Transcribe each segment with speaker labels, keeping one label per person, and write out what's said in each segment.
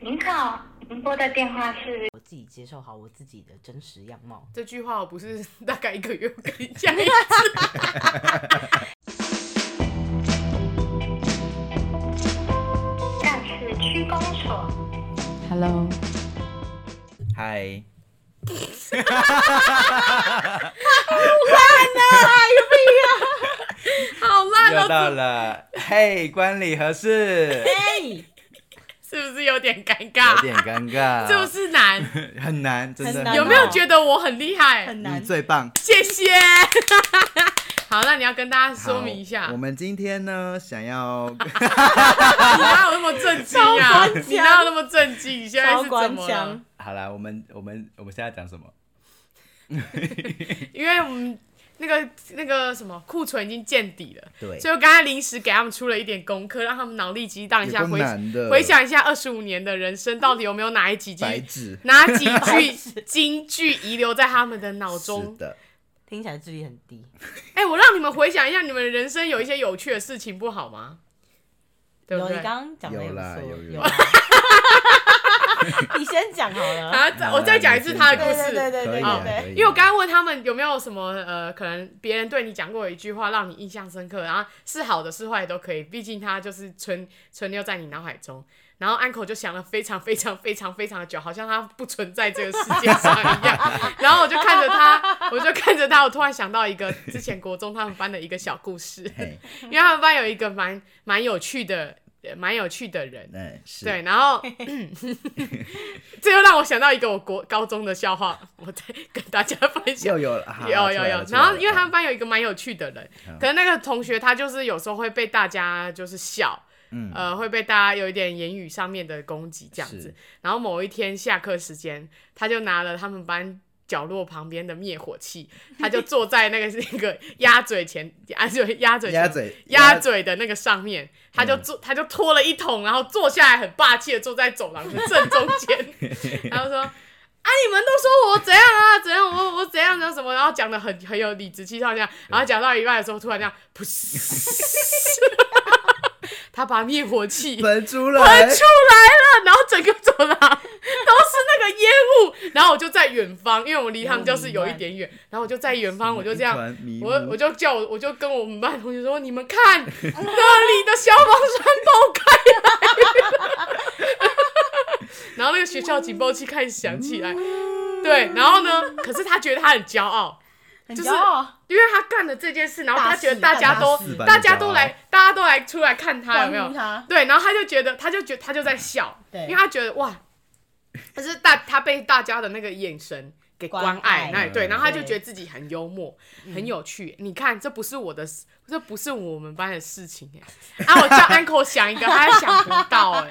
Speaker 1: 您好，您拨的电话是
Speaker 2: 我自己接受好我自己的真实样貌。
Speaker 3: 这句话我不是 大概一个月跟你讲一次。
Speaker 1: 干事区公所。
Speaker 2: Hello，
Speaker 4: 嗨，
Speaker 3: 啊好烂
Speaker 4: 又
Speaker 3: 哦，
Speaker 4: 到了，嘿，观礼合适，
Speaker 2: 嘿，
Speaker 3: 是不是有点尴
Speaker 4: 有
Speaker 3: 尬？
Speaker 4: 点尴尬，
Speaker 3: 是不啊是难？
Speaker 4: 是很难？真
Speaker 2: 很
Speaker 4: 的
Speaker 2: 难
Speaker 4: 很
Speaker 3: 有没有觉得我很厉害？
Speaker 2: 很
Speaker 4: 你
Speaker 2: 难。
Speaker 4: 最棒？
Speaker 3: 谢谢。 好，那你要跟大家说明一下
Speaker 4: 好我，们今天呢，想要
Speaker 3: 你 哪有那么震惊
Speaker 2: 超
Speaker 3: 啊
Speaker 2: 官？腔
Speaker 3: 你哪有那么震惊？你现在
Speaker 2: 超
Speaker 3: 是怎
Speaker 2: 官
Speaker 3: 么了
Speaker 2: 腔？，
Speaker 4: 好啦，我们我们我们现在讲什么？
Speaker 3: 因为我们那个那个什么库存已经见底了，
Speaker 4: 对
Speaker 3: 所以我刚才临时给他们出了一点功课，让他们脑力激荡一下，
Speaker 4: 有够
Speaker 3: 回
Speaker 4: 难的
Speaker 3: 回想一下二十五年的人生，到底有没有哪一几句
Speaker 4: 白纸
Speaker 3: 哪几句金句遗留在他们的脑
Speaker 4: 是
Speaker 3: 中？
Speaker 4: 的，
Speaker 2: 听起来智力很低。
Speaker 3: 哎、我让你们回想一下，你们人生有一些有趣的事情，不好吗？对不
Speaker 2: 有，你
Speaker 3: 对？
Speaker 2: 刚刚讲的也
Speaker 4: 有
Speaker 2: 不
Speaker 4: 啦
Speaker 2: 错，
Speaker 4: 有有
Speaker 2: 啦。 你先讲好了。
Speaker 3: 啊，再我再讲一次 他的故
Speaker 2: 对
Speaker 3: 事。
Speaker 2: 对对对
Speaker 4: 可
Speaker 2: 对
Speaker 4: 以
Speaker 3: 啊
Speaker 4: 啊，
Speaker 2: 对
Speaker 4: 可以
Speaker 2: 对，
Speaker 4: 啊，
Speaker 3: 因为我刚刚问他们有没有什么呃，可能别人对你讲过一句话让你印象深刻，然后是好的是坏都可以，毕竟它就是存存留在你脑海中。然后安口就想了非常非常非常非常的久，好像它不存在这个世界上一样。然后我就看着他，我就看着他，我突然想到一个之前国中他们班的一个小故事，
Speaker 4: 嘿，
Speaker 3: 因为他们班有一个蛮蛮有趣的呃蛮有趣的人，
Speaker 4: 嗯，是，
Speaker 3: 对，然 后这又让我想到一个我国高中的笑话，我再跟大家分享
Speaker 4: 又。有了，好
Speaker 3: 哦有
Speaker 4: 出
Speaker 3: 有
Speaker 4: 来了
Speaker 3: 有，
Speaker 4: 出来
Speaker 3: 然后
Speaker 4: 了嗯
Speaker 3: 因为他们班有一个蛮有趣的人，可能那个同学他就是有时候会被大家就是笑，
Speaker 4: 嗯
Speaker 3: 呃，会被大家有一点言语上面的攻击这样子
Speaker 4: 是。
Speaker 3: 然后某一天下课时间，他就拿了他们班。角落旁边的灭火器，他就坐在那个 那个鸭嘴前，鸭嘴鸭嘴前
Speaker 4: 鸭嘴
Speaker 3: 鸭嘴的那个上面，他就坐，他就拖了一桶，然后坐下来很霸气的坐在走廊的正中间，然后说：“啊，你们都说我怎样啊，怎样，我我怎样，然后什么，然后讲的很很有理直气壮这样，然后讲到一半的时候，突然这样，噗嗤，他把灭火器
Speaker 4: 喷出来，
Speaker 3: 出来了，然后整个走廊都是那个烟雾，然后我就在远方，因为我离他们教室有一点远，然后我就在远方，我就这样
Speaker 4: 一团迷雾
Speaker 3: 我我就叫我我就跟我们班同学说，你们看 那里的消防栓爆开来了， 然后那个学校警报器开始响起来，对，然后呢，可是他觉得他很骄傲，
Speaker 2: 很
Speaker 3: 就是
Speaker 2: 骄傲
Speaker 3: 因为他干了这件事，然后他
Speaker 2: 大事
Speaker 3: 觉得大家都
Speaker 4: 大事
Speaker 3: 大家都来大家都来出来看他有没
Speaker 2: 欢
Speaker 3: 有
Speaker 2: 呼他？
Speaker 3: 对，然后他就觉得他就觉得他就在笑，
Speaker 2: 对
Speaker 3: 因为他觉得哇，可是大他被大家的那个眼神给关爱，
Speaker 2: 关爱
Speaker 3: 那对，
Speaker 4: 嗯
Speaker 3: 然后他就觉得自己很幽默，很有趣。你看，这不是我的，这不是我们班的事情哎。啊，我叫 uncle 想一个，他还想不到哎，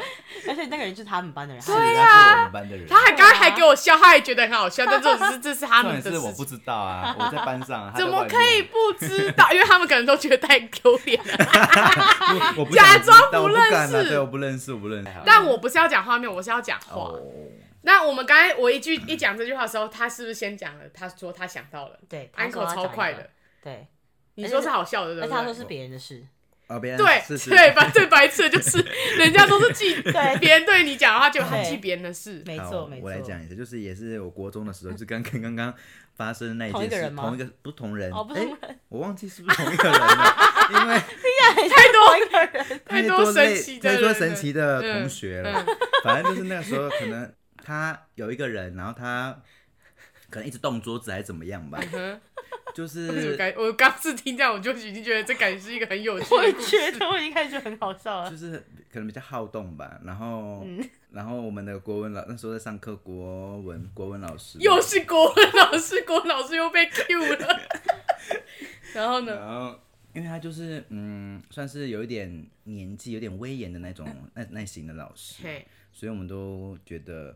Speaker 2: 而且那个人就是他们班的人，
Speaker 4: 是
Speaker 2: 他们
Speaker 4: 他是我们班的人，
Speaker 3: 他还刚刚还给我笑，他还觉得很好笑，但这只是这是他
Speaker 4: 重点
Speaker 3: 们的
Speaker 4: 是我
Speaker 3: 事
Speaker 4: 不
Speaker 3: 情。
Speaker 4: 知道啊，我在班上啊，他在
Speaker 3: 怎么
Speaker 4: 外
Speaker 3: 可以
Speaker 4: 面？
Speaker 3: 不知道？因为他们可能都觉得太丢脸了。
Speaker 4: 我我不
Speaker 3: 假
Speaker 4: 想知
Speaker 3: 装
Speaker 4: 道
Speaker 3: 不
Speaker 4: 我
Speaker 3: 认
Speaker 4: 敢啊
Speaker 3: 识
Speaker 4: 对，我不认识，我不认识。
Speaker 3: 但我不是要讲画面，我是要讲话。
Speaker 4: 哦，
Speaker 3: 那我们刚才我一句一讲这句话的时候，他是不是先讲了？他说他想到了，
Speaker 2: 对他
Speaker 3: 安
Speaker 2: 说
Speaker 3: 可
Speaker 2: 他
Speaker 3: 超快
Speaker 2: 讲一
Speaker 3: 的
Speaker 2: 个。对，
Speaker 3: 你说是好笑的，
Speaker 2: 而
Speaker 3: 对
Speaker 2: 且
Speaker 3: 不
Speaker 2: 他说
Speaker 3: 对？
Speaker 2: 是别人的事，
Speaker 4: 哦，别人
Speaker 3: 对
Speaker 4: 是是
Speaker 3: 对，白最白痴的 就是人家都是记
Speaker 2: 对
Speaker 3: 别人对你讲的话，就他
Speaker 2: 对
Speaker 3: 记别人的事。
Speaker 2: 没
Speaker 4: 好
Speaker 2: 错没错。
Speaker 4: 我来 讲一下，就是也是我国中的时候，就是刚刚刚刚发生的那一
Speaker 2: 同一
Speaker 4: 件
Speaker 2: 个
Speaker 4: 事，
Speaker 2: 人吗
Speaker 4: 同一个不同人，
Speaker 2: 哦不同人
Speaker 4: 诶我忘记是不是同一个人了， 因为
Speaker 3: 太多
Speaker 2: 一个人，
Speaker 3: 太
Speaker 4: 多
Speaker 3: 神
Speaker 4: 类
Speaker 3: 奇的
Speaker 4: 太
Speaker 3: 人
Speaker 4: 多
Speaker 3: 了
Speaker 4: 神奇的同学了，
Speaker 3: 嗯嗯
Speaker 4: 反正就是那个时候可能他有一个人，然后他可能一直动桌子还是怎么样吧，
Speaker 3: 哼
Speaker 4: 就
Speaker 3: 为什么
Speaker 4: 是
Speaker 3: 感我刚是听这样，我就已经觉得这感觉是一个很有趣
Speaker 2: 我
Speaker 3: 的
Speaker 2: 也
Speaker 3: 故事。
Speaker 2: 觉得我已经开始觉得很好笑了
Speaker 4: 就。是可能比较好动吧，然后、
Speaker 3: 嗯
Speaker 4: 然后我们的国文老那时候在上课，国文国文老师
Speaker 3: 又是国文老师，国文老师又被 Q 了。 然后呢？
Speaker 4: 然后，因为他就是嗯，算是有一点年纪、有点威严的那种那那型的老师，
Speaker 3: 嗯嘿，
Speaker 4: 所以我们都觉得，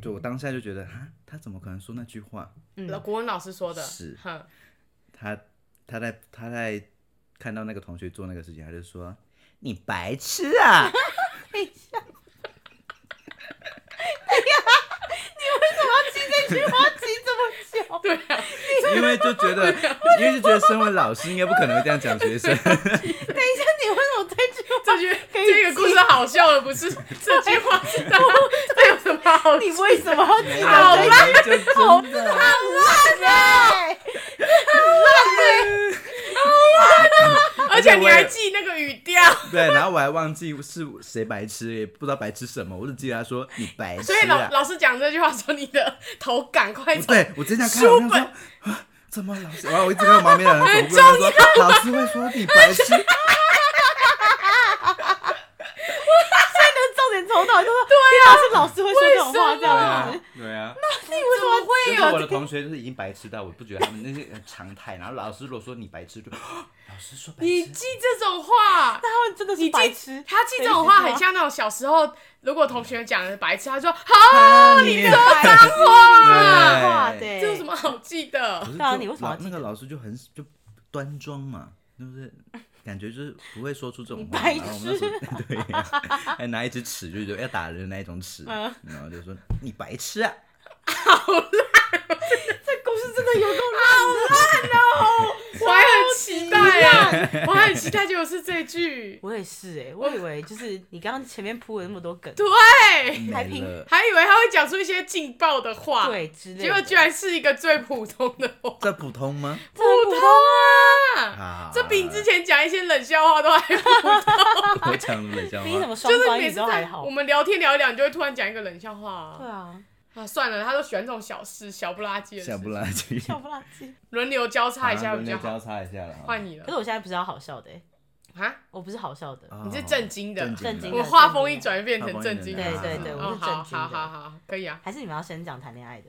Speaker 4: 就我当下就觉得啊，他怎么可能说那句话？
Speaker 3: 国文老师说的
Speaker 4: 是
Speaker 3: 哼
Speaker 4: 他他在他在看到那个同学做那个事情，他就说你白痴啊！
Speaker 2: 这句话记 这么久，
Speaker 3: 对啊，
Speaker 4: 因为就觉得，因为就觉得身为老师应该不可能会这样讲学生。
Speaker 2: 等一下你为什么这句话
Speaker 3: 这句
Speaker 2: 可以
Speaker 3: 这个故事好好笑的不是 这句话，然后这有什么好？
Speaker 2: 你为什么要记
Speaker 4: 没
Speaker 2: 得
Speaker 4: 有
Speaker 3: 好
Speaker 2: 这一
Speaker 3: 烂
Speaker 4: 没就真的，
Speaker 2: 段？
Speaker 3: 而且你还记那个语调，
Speaker 4: 对，然后我还忘记是谁白痴，也不知道白痴什么，我只记得他说你白痴
Speaker 3: 所以老
Speaker 4: 啊。
Speaker 3: 老师讲这句话的时候，你的头赶快
Speaker 4: 不
Speaker 3: 从
Speaker 4: 对，我真想看，
Speaker 3: 书
Speaker 4: 我想说
Speaker 3: 本
Speaker 4: 啊，怎么老师？然后我一直看旁边的人走过来，说老师会说你白 痴，啊
Speaker 2: 但重点从头到尾都说，对啊，是老师会说这种话这
Speaker 4: 对
Speaker 2: 样
Speaker 4: 啊
Speaker 2: 子。，
Speaker 4: 对啊。
Speaker 2: 你为什么
Speaker 3: 哎
Speaker 2: 会
Speaker 4: 就是我
Speaker 2: 有
Speaker 4: 的
Speaker 2: 这个？
Speaker 4: 同学就是已经白痴到我不觉得他们那些很常态，然后老师如果说你白痴就，哦老师说白
Speaker 3: 你
Speaker 4: 痴，
Speaker 3: 记这种话，
Speaker 2: 他们真的是
Speaker 3: 你
Speaker 2: 白
Speaker 3: 记
Speaker 2: 痴，
Speaker 3: 他记这种话很像那种小时候，如果同学讲的白痴，他说好，
Speaker 4: 啊你
Speaker 2: 白痴
Speaker 4: 对
Speaker 2: 话，对，
Speaker 3: 这有什么好记的
Speaker 4: 可？是
Speaker 2: 对啊
Speaker 4: 就
Speaker 2: 你为什么
Speaker 4: 老
Speaker 2: 要记
Speaker 4: 那个
Speaker 2: 得
Speaker 4: 老师就很就端庄嘛，就是感觉就是不会说出这种
Speaker 2: 你
Speaker 4: 话，
Speaker 2: 白
Speaker 4: 然后我们那时候对呀、还拿一支尺就是说要打人的那一种尺，
Speaker 2: 嗯
Speaker 4: 然后就说你白痴啊，
Speaker 2: 这故事真的有够烂的，
Speaker 3: 我还很期待啊，我还很期待，就是这句，
Speaker 2: 我也是哎，我以为就是你刚刚前面铺了那么多梗，
Speaker 3: 对，
Speaker 2: 还
Speaker 4: 没
Speaker 2: 平
Speaker 4: 了。
Speaker 3: 还以为他会讲出一些劲爆的话，
Speaker 2: 对，之类的，
Speaker 3: 结果居然是一个最普通的话，
Speaker 4: 这普 通吗？
Speaker 3: 普通啊，
Speaker 4: 啊，
Speaker 3: 这比你之前讲一些冷笑话都还普通，
Speaker 4: 我讲冷笑
Speaker 2: 比什
Speaker 4: 话，
Speaker 2: 么双
Speaker 3: 就是
Speaker 2: 关
Speaker 3: 每
Speaker 2: 语
Speaker 3: 次
Speaker 2: 都还
Speaker 3: 在
Speaker 2: 好
Speaker 3: 我。们聊天聊一聊，你就会突然讲一个冷笑话
Speaker 2: 对
Speaker 3: 啊，
Speaker 2: 啊，
Speaker 3: 啊，算了，他都喜欢这种小事，小不拉几的事
Speaker 4: 笑不
Speaker 3: 情，
Speaker 4: 拉几，
Speaker 2: 笑 不拉几。
Speaker 3: 轮流交叉一下
Speaker 4: 好
Speaker 3: 比
Speaker 4: 轮
Speaker 3: 较
Speaker 4: 流
Speaker 3: 好
Speaker 4: 交，叉一下了啊。
Speaker 3: 换你
Speaker 2: 可
Speaker 3: 了
Speaker 2: 是我现在不是要好笑的欸，
Speaker 3: 啊。
Speaker 2: 我不是好笑的，
Speaker 4: 哦
Speaker 3: 你是震惊的，
Speaker 4: 震
Speaker 2: 震惊
Speaker 3: 我
Speaker 2: 的
Speaker 3: 画风一转变成震惊
Speaker 4: 画
Speaker 3: 的，
Speaker 2: 对
Speaker 4: 风一转
Speaker 2: 对
Speaker 4: 变
Speaker 2: 对，
Speaker 4: 嗯
Speaker 2: 我
Speaker 3: 哦，
Speaker 2: 是
Speaker 3: 好
Speaker 2: 震惊
Speaker 3: 好好
Speaker 2: 的。
Speaker 3: 好，可以啊，
Speaker 2: 还是你们要先讲谈恋爱的？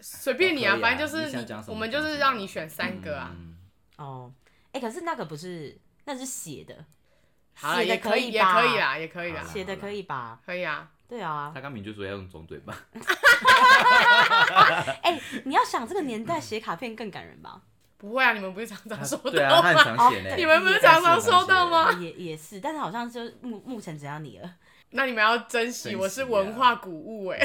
Speaker 3: 随便你啊，
Speaker 4: 可以啊
Speaker 3: 反正就是
Speaker 4: 你想讲什么
Speaker 3: 我们就是让你选三个啊，
Speaker 4: 嗯
Speaker 2: 哦，哎，可是那个不是，那是写的，
Speaker 3: 好了，
Speaker 2: 写的
Speaker 3: 也可
Speaker 2: 可
Speaker 3: 以，
Speaker 2: 以
Speaker 3: 也
Speaker 2: 吧
Speaker 3: 可以啦，也可以啦
Speaker 4: 好，啦
Speaker 2: 写的可以吧？
Speaker 3: 可以啊，
Speaker 2: 对啊
Speaker 4: 他，刚明就说要用总嘴 巴，
Speaker 2: 哎，你要想这个年代写卡片更感人吧？
Speaker 3: 不会啊，你们不是常常收
Speaker 4: 对
Speaker 3: 到
Speaker 4: 啊，他
Speaker 3: 吗？
Speaker 4: 很常写呢。
Speaker 3: 哦你们不是常常收到吗？
Speaker 2: 哦也也是，但是好像就目目前只要你了。
Speaker 3: 那你们要珍惜，
Speaker 4: 珍惜啊
Speaker 3: 我是文化古物 哎，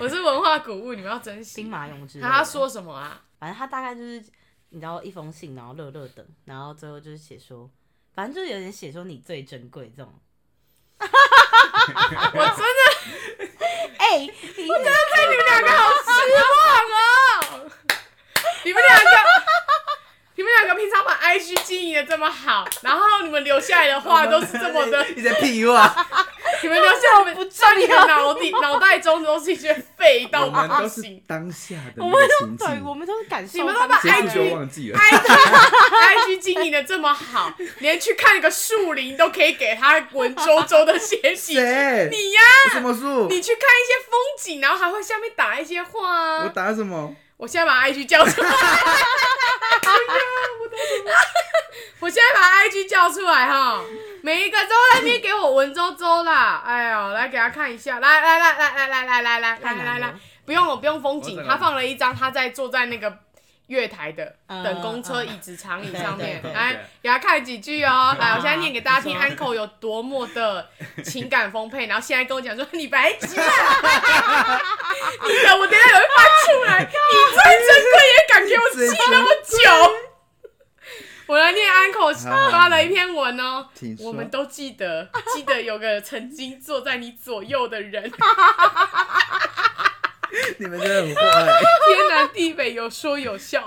Speaker 3: 我是文化古物，你们要珍
Speaker 2: 兵
Speaker 3: 惜。
Speaker 2: 马俑之类的。
Speaker 3: 他说什么啊？
Speaker 2: 反正他大概就是你知道一封信，然后乐乐等，然后最后就是写说，反正就是有点写说你最珍贵这种。
Speaker 3: 我真的，
Speaker 2: 哎、你我真的
Speaker 3: 对你们两个好失望哦！你们两个，你们两个平常把 IG 经营的这么好，然后你们留下来的话都是这么 的，
Speaker 4: 一些屁话，
Speaker 3: 你们留下我们在你的脑底脑袋中都是一些废
Speaker 4: 我
Speaker 3: 到
Speaker 4: 们
Speaker 3: 不
Speaker 4: 都是
Speaker 3: 行。
Speaker 4: 当下的
Speaker 2: 我
Speaker 4: 那
Speaker 2: 们
Speaker 4: 个
Speaker 2: 都
Speaker 4: 情
Speaker 2: 对，我
Speaker 4: 境，
Speaker 2: 们都是感受
Speaker 3: 你
Speaker 2: 当下。
Speaker 3: 们哎都把
Speaker 4: 结
Speaker 3: IG
Speaker 4: 束就忘记了。
Speaker 3: IG 经营的这么好，连去看个树林都可以给他文绉绉的写几句。
Speaker 4: 谁？
Speaker 3: 你呀、
Speaker 4: 什么树？
Speaker 3: 哎你去看一些风景，然后还会下面打一些话啊。
Speaker 4: 我
Speaker 3: 我
Speaker 4: 打什么？
Speaker 3: 现在把 IG 叫出来。 哎呀我打什么我现在把 IG 叫出来哈，每一个都在那边给我文绉绉啦。哎呦，来给他看一下，来来来来来来来来来来来来，不用我不用风景，他放了一张他在坐在那个月台的等公车椅子长椅上面，来给他看几句哦。来，我现在念给大家听，uncle 有多么的情感丰沛，然后现在跟我讲说你白痴啊，你的我等下有会发出来，你最珍贵也敢给我记那么久。我来念 uncle 发了一篇文哦，
Speaker 4: 请说
Speaker 3: 我们都记得， 记得有个曾经坐在你左右的人，
Speaker 4: 你们真的很坏。
Speaker 3: 天南地北，有说有笑。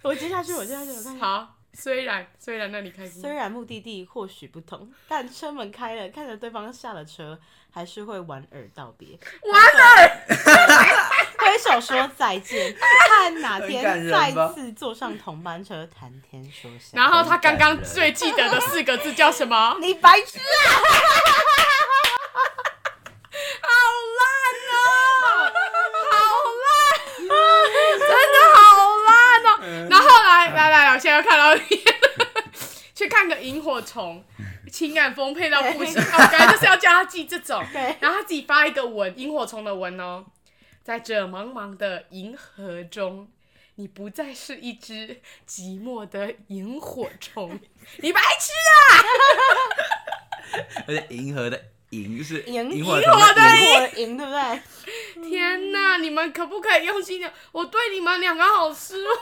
Speaker 2: 我接下去，我接下去，我看看。
Speaker 3: 好，虽然虽然那你开心
Speaker 2: 虽，然目的地或许不同，但车门开了，看着对方下了车，还是会莞尔道别，
Speaker 3: 完了，
Speaker 2: 挥手说再见， 看哪
Speaker 4: 很感
Speaker 2: 天
Speaker 4: 人
Speaker 2: 再
Speaker 4: 吧
Speaker 2: 次坐上同班车，谈天说笑。
Speaker 3: 然后他刚
Speaker 4: 很感
Speaker 3: 刚
Speaker 4: 人
Speaker 3: 最记得的四个字叫什么？好
Speaker 2: 你白痴啊！
Speaker 3: 烂哦，好烂，啊真的好烂哦。然后来来来，我现在又看到你。去看个萤火虫，情感丰沛到不行。哦我刚才就是要叫他记这种，
Speaker 2: 对
Speaker 3: 然后他自己发一个文，萤火虫的文哦，在这茫茫的银河中，你不再是一只寂寞的萤火虫，你白痴啊！
Speaker 4: 而且银河的银是
Speaker 2: 银
Speaker 4: 萤
Speaker 2: 火
Speaker 4: 火
Speaker 3: 萤火
Speaker 4: 虫
Speaker 3: 的
Speaker 4: 的
Speaker 2: 我赢，对不对？
Speaker 3: 天哪，你们可不可以用心点？我对你们两个好失 望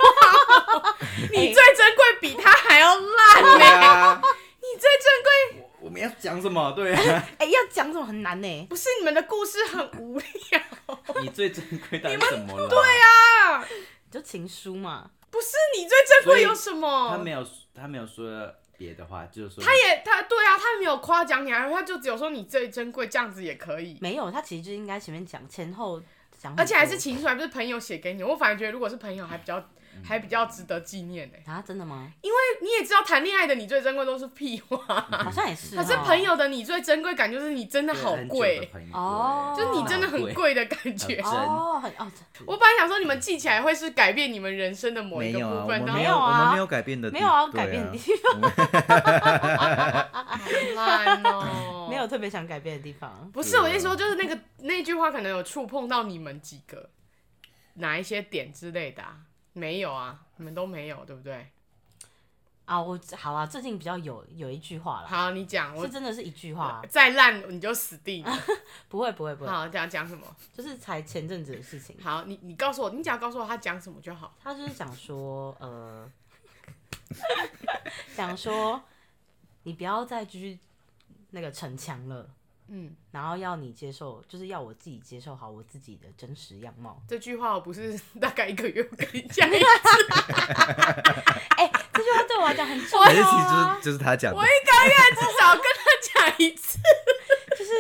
Speaker 3: 哦、
Speaker 4: 哎
Speaker 3: 你最珍贵比他还要烂
Speaker 4: 对
Speaker 3: 呢、
Speaker 4: 啊，
Speaker 3: 你最珍贵
Speaker 4: 我们讲什么？对啊，
Speaker 2: 哎、要讲什么很难呢？
Speaker 3: 不是你们的故事很无聊
Speaker 4: 你最珍贵的是什么了？对啊，
Speaker 3: 啊！
Speaker 2: 就情书嘛，
Speaker 3: 不是你最珍
Speaker 4: 所以
Speaker 3: 贵有什么？
Speaker 4: 他没有他没有说别的话，就是说
Speaker 3: 他也他对啊，他没有夸奖你啊，他就只有说你最珍贵，这样子也可
Speaker 4: 嗯
Speaker 3: 以，
Speaker 2: 没有，他其实就应该前面讲前后讲很多，
Speaker 3: 而且还是情书，还不是朋友写给你。我反而觉得如果是朋友，还比较还比较值得纪念呢、
Speaker 2: 啊，真的吗？
Speaker 3: 因为你也知道，谈恋爱的你最珍贵都是屁话，
Speaker 2: 好像也是哦，
Speaker 3: 嗯可是朋友的你最珍贵，感就是你真的
Speaker 4: 嗯对
Speaker 3: 好
Speaker 4: 很久的
Speaker 3: 贵，
Speaker 4: 朋友
Speaker 2: 哦
Speaker 4: 对
Speaker 3: 就是你真的
Speaker 4: 好
Speaker 3: 很贵的感觉
Speaker 4: 很。真
Speaker 2: 哦，很哦，
Speaker 3: 我本来想说你们记起来会是改变你们人生的某一
Speaker 4: 没
Speaker 3: 个
Speaker 4: 有啊，
Speaker 3: 部
Speaker 4: 我
Speaker 3: 分，
Speaker 4: 们
Speaker 3: 然
Speaker 4: 没
Speaker 3: 后
Speaker 4: 有，
Speaker 2: 啊
Speaker 4: 我们没有改变的地，
Speaker 2: 没有啊，改变的
Speaker 4: 对
Speaker 2: 地
Speaker 4: 啊
Speaker 2: 方、
Speaker 3: 好烂 哦
Speaker 2: 没有特别想改变的地方，
Speaker 3: 不是，
Speaker 4: 对啊
Speaker 3: 我跟你说，就是那个那句话可能有触碰到你们几个哪一些点之类的、啊，没有啊，你们都没有，对不对？
Speaker 2: 啊，我好啊，最近比较有有一句话啦，
Speaker 3: 好，你讲，我
Speaker 2: 是真的是一句 话啊、
Speaker 3: 再烂你就死定了。
Speaker 2: 不会不会不会，
Speaker 3: 好，讲讲什么？
Speaker 2: 就是才前阵子的事情，
Speaker 3: 好，你你告诉我，你只要告诉我他讲什么就好。
Speaker 2: 他就是想说，呃，想说你不要再继续那个逞强了，
Speaker 3: 嗯，
Speaker 2: 然后要你接受，就是要我自己接受好我自己的真实样貌。
Speaker 3: 这句话我不是 大概一个月跟你讲，
Speaker 2: 哎、这句话对我来讲很重
Speaker 4: 还是
Speaker 2: 要
Speaker 4: 其
Speaker 2: 啊
Speaker 4: 实，就是他讲的
Speaker 3: 我，一个月至少跟他讲一次。
Speaker 2: 就是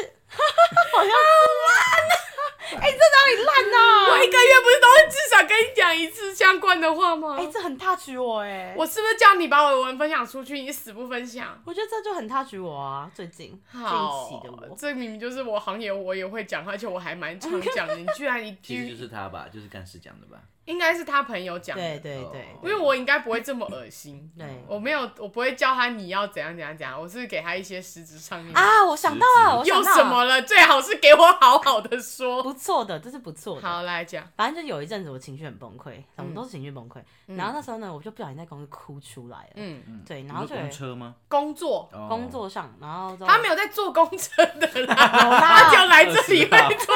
Speaker 2: 好像烂，哎、这哪里烂呐、
Speaker 3: 我一个月不是都会至少跟你讲一次相关的话吗？
Speaker 2: 哎、这很 touch 我哎、
Speaker 3: 我是不是叫你把我的文分享出去，你死不分享？
Speaker 2: 我觉得这就很 touch 我啊，最近近
Speaker 3: 好
Speaker 2: 期的我，
Speaker 3: 这哦明明就是我行业，我也会讲，而且我还蛮常讲的。你居 然一
Speaker 4: 其实就
Speaker 3: 句，
Speaker 4: 是他吧，就是干事讲的 吧。
Speaker 3: 应该是他朋友讲的，
Speaker 2: 对对对，
Speaker 4: 哦
Speaker 3: 因为我应该不会这么 恶心。
Speaker 2: 对
Speaker 3: 我没有，我不会教他你要怎样怎样怎样，我是给他一些实质上面、
Speaker 2: 啊，我想到了，我想
Speaker 3: 有
Speaker 2: 到
Speaker 3: 什么
Speaker 2: 了
Speaker 3: 了，最好是给我好好的说。
Speaker 2: 不错的，这是不错的。
Speaker 3: 好，来讲，
Speaker 2: 反正就有一阵子我情绪很崩溃，我
Speaker 3: 嗯
Speaker 2: 们都是情绪崩溃。然后那时候呢，我就不小心在公司哭出来了。
Speaker 3: 嗯，
Speaker 2: 对，然
Speaker 4: 你
Speaker 2: 后
Speaker 4: 说
Speaker 2: 就
Speaker 4: 公
Speaker 2: 有
Speaker 4: 车吗？
Speaker 3: 工作，
Speaker 4: 哦
Speaker 2: 工作上，然后啊
Speaker 3: 他没
Speaker 2: 有
Speaker 3: 有在坐公车的 啦，
Speaker 2: 啦
Speaker 3: 他就来这里会
Speaker 2: 啊
Speaker 3: 坐，